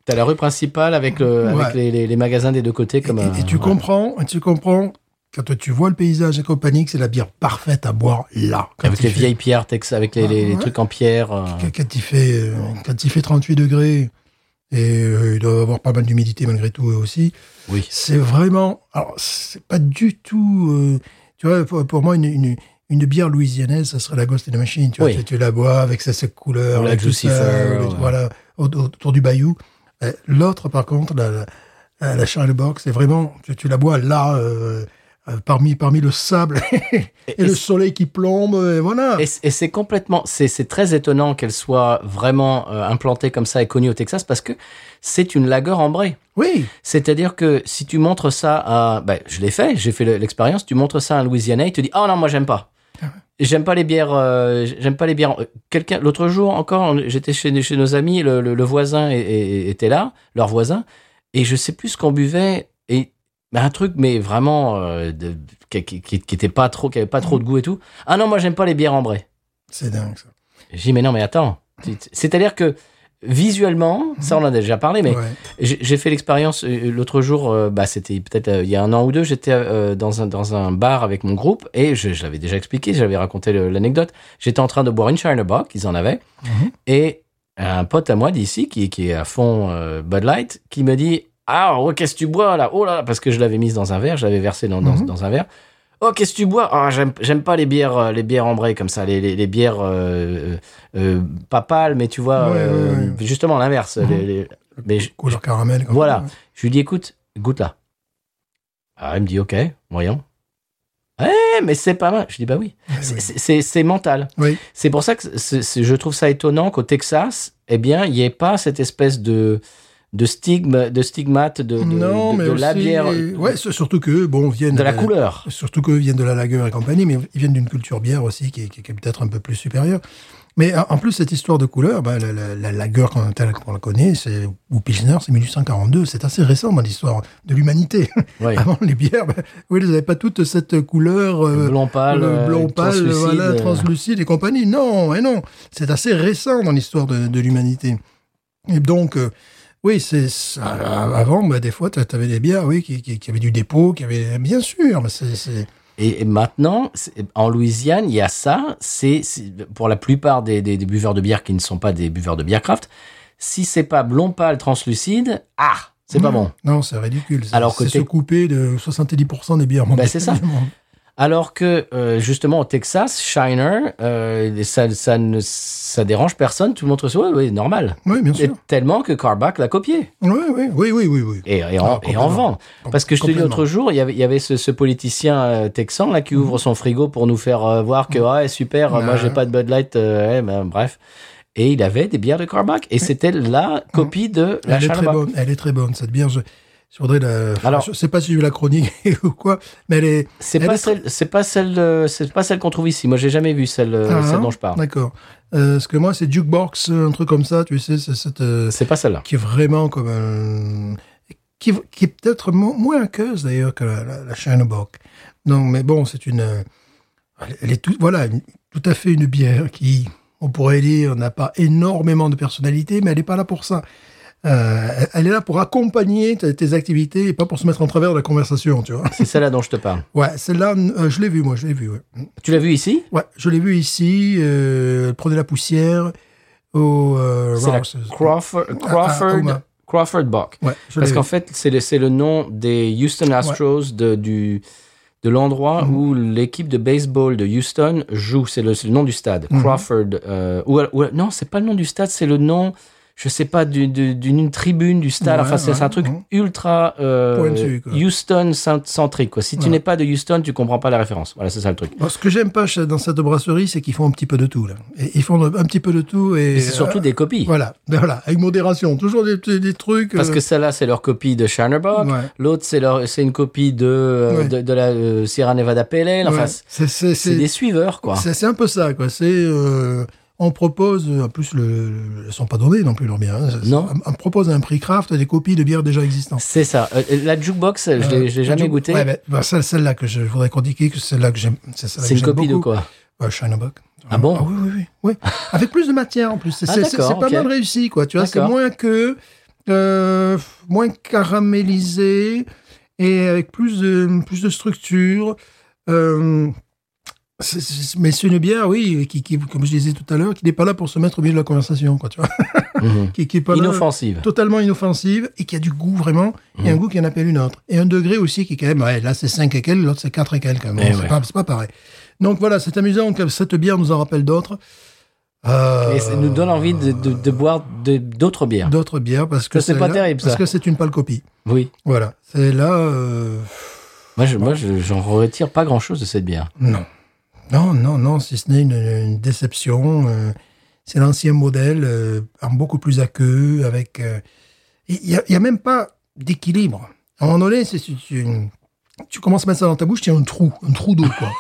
T'as la rue principale avec, le, Ouais. avec les, les- les magasins des deux côtés. Comme, Et, un- et tu ouais. comprends, et tu comprends quand tu vois le paysage et compagnie que c'est la bière parfaite à boire là. Quand Avec il les fait- vieilles pierres, texas, avec les, les- les Ouais. trucs en pierre. euh. quand- Quand il fait, euh, quand il fait 38 degrés et euh, il doit avoir pas mal d'humidité malgré tout euh, aussi. Oui. C'est vraiment, alors c'est pas du tout, euh, tu vois, pour, pour moi une, une une bière louisianaise, ça serait la Ghost in the Machine. Tu, vois, Oui. tu, tu la bois avec sa, sa couleur, Ou la avec tout ça, Lucifer, le- ouais. voilà, au- au- autour du bayou. Euh, L'autre, par contre, la, la- la, la Charles Box, c'est vraiment, tu, tu la bois là, euh, euh, parmi, parmi le sable et, et le c'est- soleil qui plombe, et voilà. Et, c- et c'est complètement, c'est c'est très étonnant qu'elle soit vraiment euh, implantée comme ça et connue au Texas parce que c'est une lagueur ambrée. oui, C'est-à-dire que si tu montres ça à, ben, je l'ai fait, j'ai fait le- l'expérience, tu montres ça à un Louisianais, il te dit, oh non, moi j'aime pas. J'aime pas les bières. euh, j'aime pas les bières. euh, Quelqu'un l'autre jour encore, on- j'étais chez, chez nos amis, le, le- le voisin é- é- était là, leur voisin, et je sais plus ce qu'on buvait et ben, un truc mais vraiment euh, de- qui, qui, qui- qui était pas trop, qui avait pas trop de goût et tout. Ah non, moi j'aime pas les bières ambrées. c'est dingue ça. J'ai dit, mais non, mais attends. C'est-à-dire que visuellement, ça on en a déjà parlé, mais Ouais. j'ai j'ai fait l'expérience euh, l'autre jour, euh, bah, c'était peut-être euh, il y a un an ou deux, j'étais euh, dans, un, dans un bar avec mon groupe et je, je l'avais déjà expliqué, j'avais raconté le- l'anecdote. J'étais en train de boire une China Bock, ils en avaient, Mhm. et un pote à moi d'ici qui, qui est à fond euh, Bud Light qui me dit Ah, oh, qu'est-ce que tu bois là Oh là là, parce que je l'avais mise dans un verre, je l'avais versé dans, dans, Mhm. dans un verre. Oh, qu'est-ce que tu bois Ah, j'aime- J'aime pas les bières, euh, les bières ambrées comme ça, les, les, les bières euh, euh, euh, pas pâles, mais tu vois, Ouais, euh, ouais, ouais. justement l'inverse. Mhm. les- les- Mais je- Couleur caramel. comme Voilà. ça, ouais. je lui dis, écoute, goûte là. Ah, il me dit, ok, voyons. Ouais, mais c'est pas mal. Je dis, bah oui, Ouais, c'est- ouais. c'est c'est- c'est mental. Ah Oui. C'est pour ça que c'est- c'est- je trouve ça étonnant qu'au Texas, eh bien, il n'y ait pas cette espèce de, de stigme, de stigmate de, de, non, de- mais de la aussi- bière, euh, Ouais, c'est surtout que bon viennent de la couleur. Surtout qu'eux viennent de la lagueur et compagnie, mais ils viennent d'une culture bière aussi qui est, qui est peut-être un peu plus supérieure. Mais en en plus, cette histoire de couleur, bah, la, la, la lagueur qu'on telle qu'on la connaît, c'est, ou Pilsner, c'est 1842. C'est assez récent dans l'histoire de l'humanité. Ouais. Avant, les bières, bah, oui, elles n'avaient pas toute cette couleur euh, Le Blanc pâle, le euh, blanc pâle, translucide, voilà, euh, translucide et compagnie. Non, et non, c'est assez récent dans l'histoire de, de l'humanité. Et donc, euh, oui, c'est ça. avant, bah, des fois, tu avais des bières, oui, qui, qui, qui avaient du dépôt, qui avaient, bien sûr, mais c'est, c'est- Et, et maintenant, c'est- en Louisiane, il y a ça. C'est c'est- pour la plupart des, des- des buveurs de bière qui ne sont pas des buveurs de bière craft. Si c'est pas blond pâle translucide, ah, c'est Mm. pas bon. non, c'est ridicule. C'est, Alors que c'est se t'es- couper de 70% des bières mondiales. Bah, c'est ça. Alors que euh, justement au Texas, Shiner, euh, ça, ça ne ça dérange personne. Tout le monde se ouais, ouais, normal. Oui, bien Et sûr. tellement que Carback l'a copié Oui, oui, oui, oui, oui, oui. et, et en, Ah, et en complètement. vend. Parce que je te dis l'autre jour, il y avait, il y avait ce, ce politicien euh, texan là qui ouvre son frigo pour nous faire euh, voir que ouais super, euh, moi Mhm. Ouais. j'ai pas de Bud Light, euh, ouais, ben, bref. Et il avait des bières de Carback et c'était la copie de la Mhm. elle est très Charlebois. bonne. Elle est très bonne cette bière. Je, je voudrais la. Alors- je sais pas si j'ai eu la chronique ou quoi, mais elle est. C'est Elle pas est très- celle, c'est pas celle, euh, c'est pas celle qu'on trouve ici. Moi j'ai jamais vu celle, euh, Ah, celle dont je parle. D'accord. Euh, ce que moi, c'est jukebox, euh, un truc comme ça, tu sais, c'est cette euh, C'est pas celle-là. qui est vraiment comme un- qui, qui est peut-être mo- moins aqueuse d'ailleurs que la, la, la Shinerbok. Non, mais bon, c'est une, euh, elle est tout, voilà, une- tout à fait une bière qui on pourrait dire, n'a pas énormément de personnalité, mais elle n'est pas là pour ça. Euh, elle- elle est là pour accompagner tes, tes activités et pas pour se mettre en travers de la conversation, tu vois. C'est celle-là dont je te parle. Ouais, celle-là, euh, je l'ai vue, moi, je l'ai vue. Ouais, Tu l'as vu ici Ouais, je l'ai vue ici, euh, elle prenait la poussière au euh, C'est la Rouse's. Crawford, Ah, ah, Homer. Crawford, Crawford Buck. Ouais, je l'ai Parce vue. qu'en fait, c'est le, c'est le nom des Houston Astros de, du, de l'endroit Mhm. où l'équipe de baseball de Houston joue. C'est le, c'est le nom du stade. Mhm. Crawford. euh, ou, ou- non, c'est pas le nom du stade, c'est le nom, je sais pas, du- du- d'une tribune, du stade. Ouais, enfin, c'est ouais, c'est un truc ouais. ultra euh, Pointu, quoi. Houston-centrique. quoi. Si tu Ouais. n'es pas de Houston, tu comprends pas la référence. Voilà, c'est ça le truc. Bon, ce que j'aime pas chez- dans cette brasserie, c'est qu'ils font un petit peu de tout. Là. Et, ils font un petit peu de tout. Et, Et c'est surtout euh, des copies. Voilà, ben voilà, avec modération. Toujours des, des- des trucs. Parce euh, que celle-là, c'est leur copie de Shinerbach. Ouais. L'autre, c'est leur- c'est une copie de, euh, Ouais. de, de la euh, Sierra Nevada Pale Ale. Enfin, ouais, c'est- c'est- c'est- c'est c'est- des suiveurs, quoi. c'est- c'est un peu ça, quoi. C'est. euh, on propose, euh, en plus, le, le- elles sont pas donnés non plus leurs bières. hein. C'est- Non. c'est- On, on propose à un prix craft des copies de bières déjà existantes. C'est ça. Euh, la jukebox, je l'ai- je l'ai jamais goûtée. Ouais, ben, ben, celle- celle-là que je voudrais qu'on dise que c'est celle-là que j'aime. celle-là c'est que une j'aime copie de beaucoup. quoi Ouais, Shinebuck. Ah bon oui, oui, oui, oui. Avec plus de matière en plus. C'est Ah, c'est- c'est- d'accord, c'est pas ok. mal réussi, quoi. Tu vois, c'est D'accord. moins que. euh, moins caramélisé et avec plus de, plus de structure. Euh, c'est- c'est- mais c'est une bière, oui, qui, qui, comme je disais tout à l'heure, qui n'est pas là pour se mettre au milieu de la conversation, quoi, tu vois. Mhm. Qui, qui est pas là- Inoffensive. totalement inoffensive et qui a du goût vraiment et un Mm. goût qui en appelle une autre et un degré aussi qui est quand même ouais, là c'est 5 et quel l'autre c'est 4 et quel quand même Eh c'est ouais. pas, c'est pas pareil donc voilà c'est amusant que cette bière nous en rappelle d'autres Euh, Et ça nous donne envie de, de- de boire de- d'autres bières. d'autres bières parce que Ça, c'est pas celle-là- terrible, ça. parce que c'est une pâle copie Oui. voilà c'est là euh, Moi, je, moi, je- j'en retire pas grand-chose de cette bière. non non non non si ce n'est une, une déception euh, c'est l'ancien modèle euh, en beaucoup plus aqueux avec euh, Il n'y a, il y a même pas d'équilibre. À un moment donné, c'est, tu, tu, tu commences à mettre ça dans ta bouche, tu as un trou, un trou d'eau, quoi.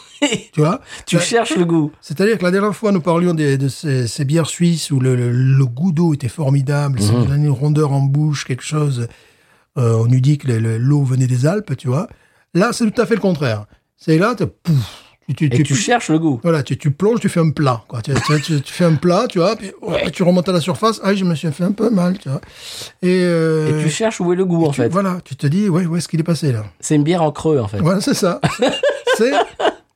tu vois Bah, Tu Ouais. cherches le goût. C'est-à-dire que la dernière fois, nous parlions des- de ces, ces bières suisses où le, le- le goût d'eau était formidable, ça Mhm. donnait une rondeur en bouche, quelque chose. Euh, on eût dit que le- le- l'eau venait des Alpes, tu vois. Là, c'est tout à fait le contraire. C'est là, t'as- pouf, tu, tu, Et tu cherches le goût. voilà, tu, tu plonges, tu fais un plat, quoi. Tu, tu- tu- tu fais un plat, tu vois, puis ouais, tu remontes à la surface. Ah, je me suis fait un peu mal, tu vois. Et, Et euh, tu cherches où est le goût, en tu- fait. Voilà, tu te dis, ouais, où est-ce qu'il est passé là C'est une bière en creux, en fait. Voilà, c'est ça. c'est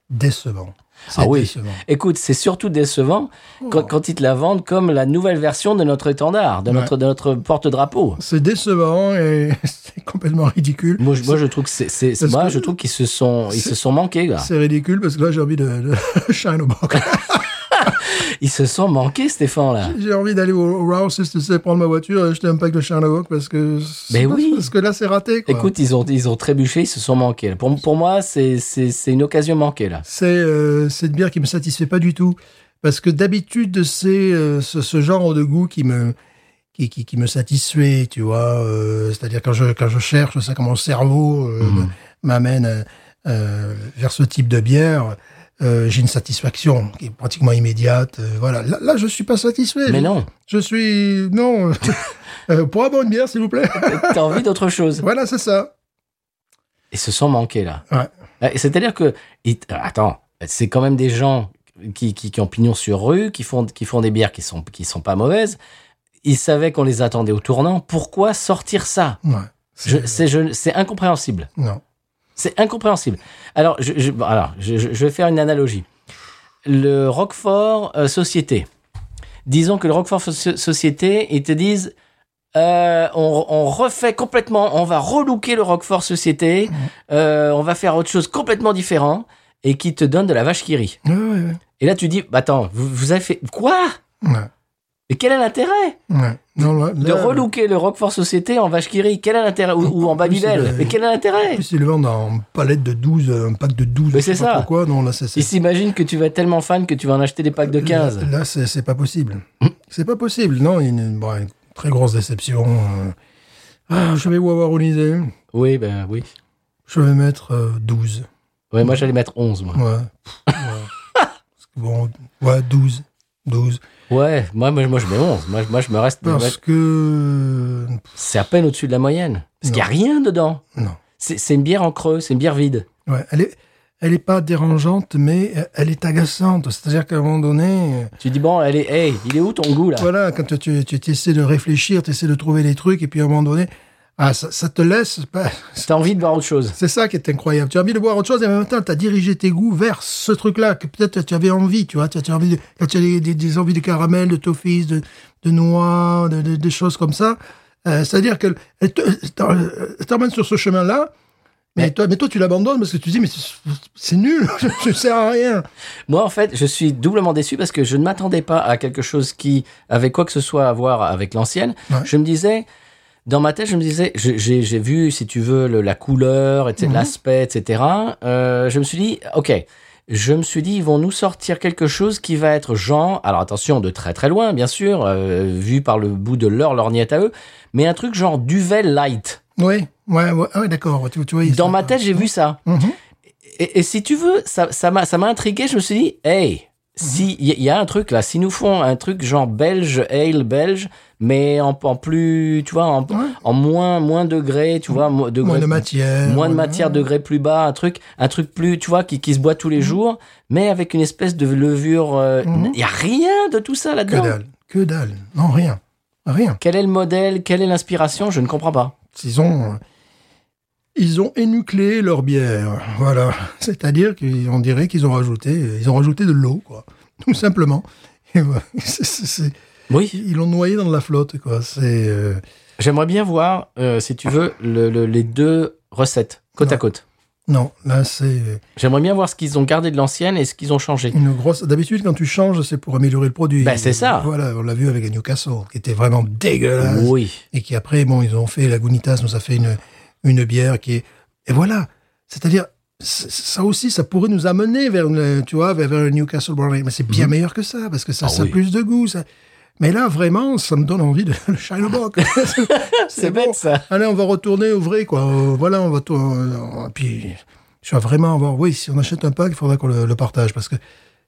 décevant. C'est Ah oui. décevant. Écoute, c'est surtout décevant quand, quand ils te la vendent comme la nouvelle version de notre étendard, de Ouais. notre, de notre porte-drapeau. C'est décevant et c'est complètement ridicule. Moi, je, moi, je trouve que c'est, c'est- Parce moi, que- je trouve qu'ils se sont, ils c'est- se sont manqués, gars. C'est ridicule parce que là, j'ai envie de, de shine au boc. Ils se sont manqués, Stéphane, là. J'ai envie d'aller au, au Rouse's, tu sais, prendre ma voiture et acheter un pack de shine au boc parce que. Mais oui. Parce que là, c'est raté, quoi. Écoute, ils ont, ils ont trébuché, ils se sont manqués. Pour, pour moi, c'est, c'est, c'est une occasion manquée, là. c'est euh, cette bière qui me satisfait pas du tout parce que d'habitude c'est euh, ce, ce genre de goût qui me qui, qui, qui me satisfait tu vois euh, c'est-à-dire quand je quand je cherche ça quand mon cerveau euh, Mhm. m'amène euh, euh, vers ce type de bière euh, j'ai une satisfaction qui est pratiquement immédiate euh, voilà là, là je suis pas satisfait Mais Je- non, je suis non euh, pour avoir une bière s'il vous plaît t'as envie d'autre chose. voilà c'est ça Ils se sont manqués, là. Ouais. Et C'est-à-dire que, ils- euh, attends, c'est quand même des gens qui, qui, qui ont pignon sur rue, qui font, qui font des bières qui sont, qui sont pas mauvaises. Ils savaient qu'on les attendait au tournant. Pourquoi sortir ça ouais Je- c'est, je- c'est incompréhensible. non C'est incompréhensible. Alors, je, je- bon, alors je, je- je vais faire une analogie. Le Roquefort euh, Société. Disons que le Roquefort Soci- Société, ils te disent, euh, on, on refait complètement, on va relooker le Roquefort Société, euh, on va faire autre chose complètement différent, et qui te donne de la vache qui rit. ouais ouais, Et là, tu dis, bah, attends, vous, vous avez fait quoi ouais. Mais quel est l'intérêt ouais. Non, là- de là- relooker le Roquefort Société en vache qui rit Quel est l'intérêt ou, ou en En plus, il a- Babybel Mais quel est En l'intérêt plus, ils le vendent en palette de 12, euh, un pack de 12. Mais je sais c'est pas ça. trop quoi. non, là, c'est, c'est- Ils s'imaginent que tu vas être tellement fan que tu vas en acheter des packs de Mmh. 15. Là, là, c'est, c'est pas possible. C'est pas possible, non. il y a Une, bon, une très grosse déception. euh. Ah, je vais vous avoir onisé. Oui, ben oui. Je vais mettre euh, 12. Ouais, moi j'allais mettre 11, moi. Ouais. Pff, ouais. Parce que bon, ouais, 12. 12. Ouais, moi, moi, moi, je mets 11. Moi, je- moi je me reste. Parce que. C'est à peine au-dessus de la moyenne. Parce qu'il n'y a rien dedans. Non. C'est c'est une bière en creux, c'est une bière vide. Ouais, elle est. elle n'est pas dérangeante, mais euh, elle est agaçante. C'est-à-dire qu'à un moment donné, euh, Tu dis, bon, allez, hey, il est où ton goût là voilà, quand tu, tu essaies de réfléchir, tu essaies de trouver des trucs, et puis à un moment donné, ah, ça, ça te laisse. pas- T'as envie de voir autre chose. C'est ça qui est incroyable. Tu as envie de boire autre chose et en même temps, tu as dirigé tes goûts vers ce truc-là que peut-être tu avais envie, tu vois. Tu as, tu as envie de, quand tu as des, des- des envies de caramel, de toffees, de, de noix, de, de- des choses comme ça. euh, C'est-à-dire qu'elle elle te- elle t'en- elle t'emmène sur ce chemin-là, mais, Mais- toi, mais toi, tu l'abandonnes parce que tu dis, mais c'est- c'est nul, je ne sers à rien. Moi, en fait, je suis doublement déçu parce que je ne m'attendais pas à quelque chose qui avait quoi que ce soit à voir avec l'ancienne. Ouais. Je me disais, dans ma tête, je me disais, je- j'ai j'ai vu, si tu veux, le- la couleur, Mhm. etc., l'aspect, etc. Euh, je me suis dit, ok. Je me suis dit, ils vont nous sortir quelque chose qui va être genre, alors attention, de très très loin, bien sûr, euh, vu par le bout de leur lorgnette à eux, mais un truc genre duvet light. Oui, ouais, ouais, ah ouais, d'accord. Tu, tu vois, Dans ça- ma tête, j'ai vu ça. Mhm. Et, et si tu veux, ça ça m'a ça m'a intrigué. Je me suis dit, hey, si Mhm. il y, y a un truc là, si nous font un truc genre belge ale belge, mais en, en plus, tu vois, en, Ouais. en moins moins degré, tu vois, mo- degré, Moins de matière. moins de matière, degré plus bas, un truc un truc plus, tu vois, qui, qui se boit tous les jours, mais avec une espèce de levure. Il Mhm. y a rien de tout ça Que là-dedans. dalle, que dalle. Non, rien. Rien. Quel est le modèle Quelle est l'inspiration Je ne comprends pas. ils ont, euh, ils ont énucléé leur bière. Voilà. C'est-à-dire qu'on dirait qu'ils ont rajouté, ils ont rajouté de l'eau, quoi. Tout simplement. Et voilà. C'est- c'est- c'est- Oui, ils l'ont noyé dans de la flotte, quoi. C'est, euh, j'aimerais bien voir, euh, si tu veux, le- le- les deux recettes côte à Ouais. côte. non, là, c'est J'aimerais bien voir ce qu'ils ont gardé de l'ancienne et ce qu'ils ont changé. une grosse. D'habitude, quand tu changes, c'est pour améliorer le produit. Ben, c'est ça. Voilà, on l'a vu avec la Newcastle, qui était vraiment dégueulasse. Oui. et qui après, bon, ils ont fait, la Gunitas nous a fait une, une bière qui est... Et voilà, c'est-à-dire, c- ça aussi, ça pourrait nous amener vers, une, tu vois, vers, vers le Newcastle Brown Ale. mais c'est bien meilleur que ça, parce que ça, Mhm. Ah ça a oui. plus de goût. Ça... Mais là, vraiment, ça me donne envie de le Shadowbox. C'est bête, ça. Allez, on va retourner au vrai, quoi. Euh, Voilà, on va tout... euh, euh, Puis, je vais vraiment avoir... Oui, si on achète un pack, il faudra qu'on le, le partage, parce que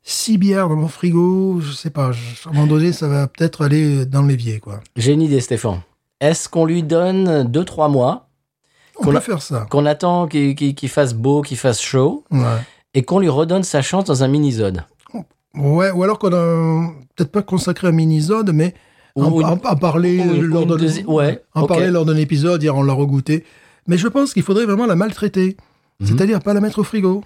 six bières dans mon frigo, je sais pas, je- à un moment donné, ça va peut-être aller dans l'évier, quoi. J'ai une idée, Stéphane. Est-ce qu'on lui donne 2-3 mois, On Qu'on peut a- faire ça. qu'on attend qu'il qu'il- qu'il fasse beau, qu'il fasse chaud, Ouais. et qu'on lui redonne sa chance dans un mini-zone Ouais, ou alors qu'on a peut-être pas consacré un mini-zone, mais Ou en, une- en- en parler euh, ou une- lors ou une d'un deuxi- ouais, en ok. parler lors d'un épisode, hier on l'a regoûté. Mais je pense qu'il faudrait vraiment la maltraiter, Mhm. c'est-à-dire pas la mettre au frigo.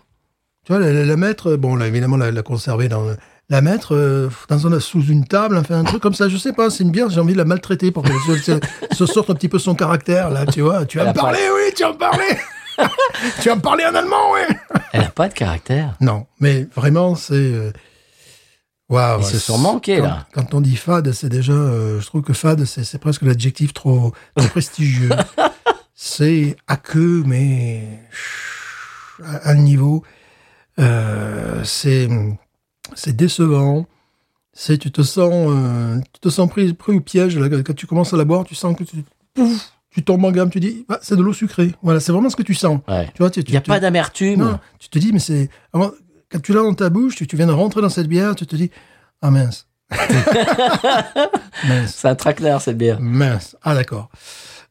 Tu vois, la, la- la mettre, euh, bon, là, évidemment la, la conserver dans, la mettre euh, dans un, sous une table, enfin un truc comme ça. Je sais pas, c'est une bière, j'ai envie de la maltraiter pour qu'elle se, se- se sorte un petit peu son caractère là. Tu vois, tu vas Elle me a pas- parler, oui, tu vas me parler, tu vas me parler en allemand, oui. Elle n'a pas de caractère. Non, mais vraiment, c'est. euh, Waouh. Ils se sont manqués, quand- là. Quand on dit fade, c'est déjà. euh, je trouve que fade, c'est c'est presque l'adjectif trop, trop prestigieux. c'est aqueux, mais. chut, à- À un niveau. euh, c'est. C'est décevant. C'est tu te sens euh, tu te sens pris, pris au piège là, quand tu commences à la boire tu sens que tu pouf, tu tombes en gamme tu dis Ah, c'est de l'eau sucrée voilà c'est vraiment ce que tu sens Ouais. tu vois tu, Il n'y a tu- pas tu- non, d'amertume. tu te dis, mais c'est. avant- Quand tu l'as dans ta bouche, tu, tu viens de rentrer dans cette bière, tu te dis, ah mince. mince, C'est un traquenard, cette bière. mince. Ah d'accord.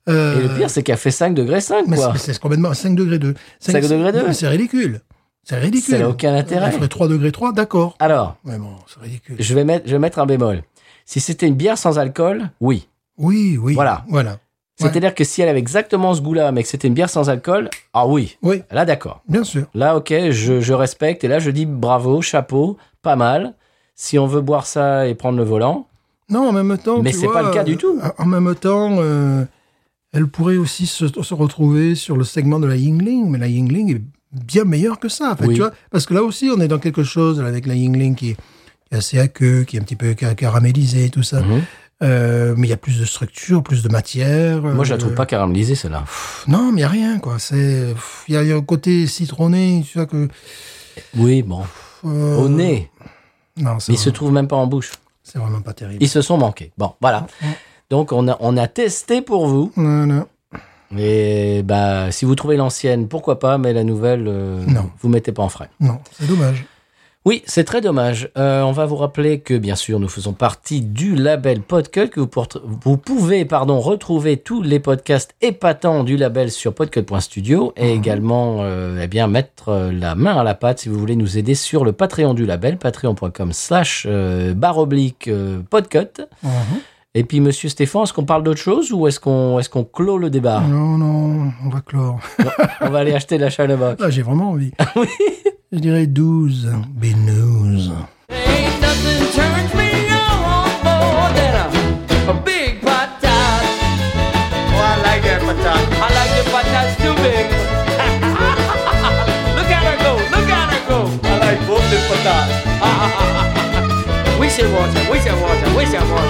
Et Euh, le pire, c'est qu'elle fait 5 degrés 5, mais c'est- quoi. mais c'est complètement 5 degrés 2. 5 degrés deux C'est ridicule. C'est ridicule. Ça n'a aucun intérêt. Il ferait 3 degrés 3, d'accord. Alors, Mais bon, c'est ridicule. je vais, mettre, je vais mettre un bémol. Si c'était une bière sans alcool, oui. Oui, oui. Voilà. Voilà. Ouais. C'est-à-dire que si elle avait exactement ce goût-là, mais que c'était une bière sans alcool, ah oui. Oui, Là, d'accord. bien sûr. Là, ok, je, je respecte. Et là, je dis bravo, chapeau, pas mal. Si on veut boire ça et prendre le volant, Non, en même temps. Mais tu c'est vois, euh, pas le cas du tout. En même temps, euh, elle pourrait aussi se, se retrouver sur le segment de la Yingling, mais la Yingling est bien meilleure que ça. en fait, Oui. tu vois, parce que là aussi, on est dans quelque chose là, avec la Yingling qui est qui est assez aqueux, qui est un petit peu ca- caramélisée, tout ça. Mhm. Euh, mais il y a plus de structure, plus de matière. moi, je la euh, trouve pas caramélisée, celle-là. pff, Non, mais il n'y a rien, quoi. C'est, pff, il y, a- il y a un côté citronné, tu vois, que... Oui, bon, pff, euh, au nez. Non, c'est Mais ils se vraiment, trouvent même pas en bouche. c'est vraiment pas terrible. Ils se sont manqués. Bon, voilà. Donc, on a, on a testé pour vous. Non, non. Et bah, si vous trouvez l'ancienne, pourquoi pas, mais la nouvelle, euh, Non. vous mettez pas en frais. Non, c'est dommage. Oui, c'est très dommage. Euh, on va vous rappeler que, bien sûr, nous faisons partie du label Podcut, que vous, porte- vous pouvez pardon, retrouver tous les podcasts épatants du label sur podcut.studio et également euh, eh bien, mettre euh, la main à la pâte si vous voulez nous aider sur le Patreon du label, patreon.com slash euh, barre oblique euh, podcut. Mhm. Et puis, monsieur Stéphane, est-ce qu'on parle d'autre chose ou est-ce qu'on est qu'on clôt le débat Non, non, on va clore. On va aller acheter de la chaleur. Là, j'ai vraiment envie. Je dirais 12. Binouze. Ain't nothing turns me on more than a, a big patat. Oh, I like that patat. I like the patats too big. look at her go, look at her go. I like both the patats. we should watch her, we should watch her, we should watch her.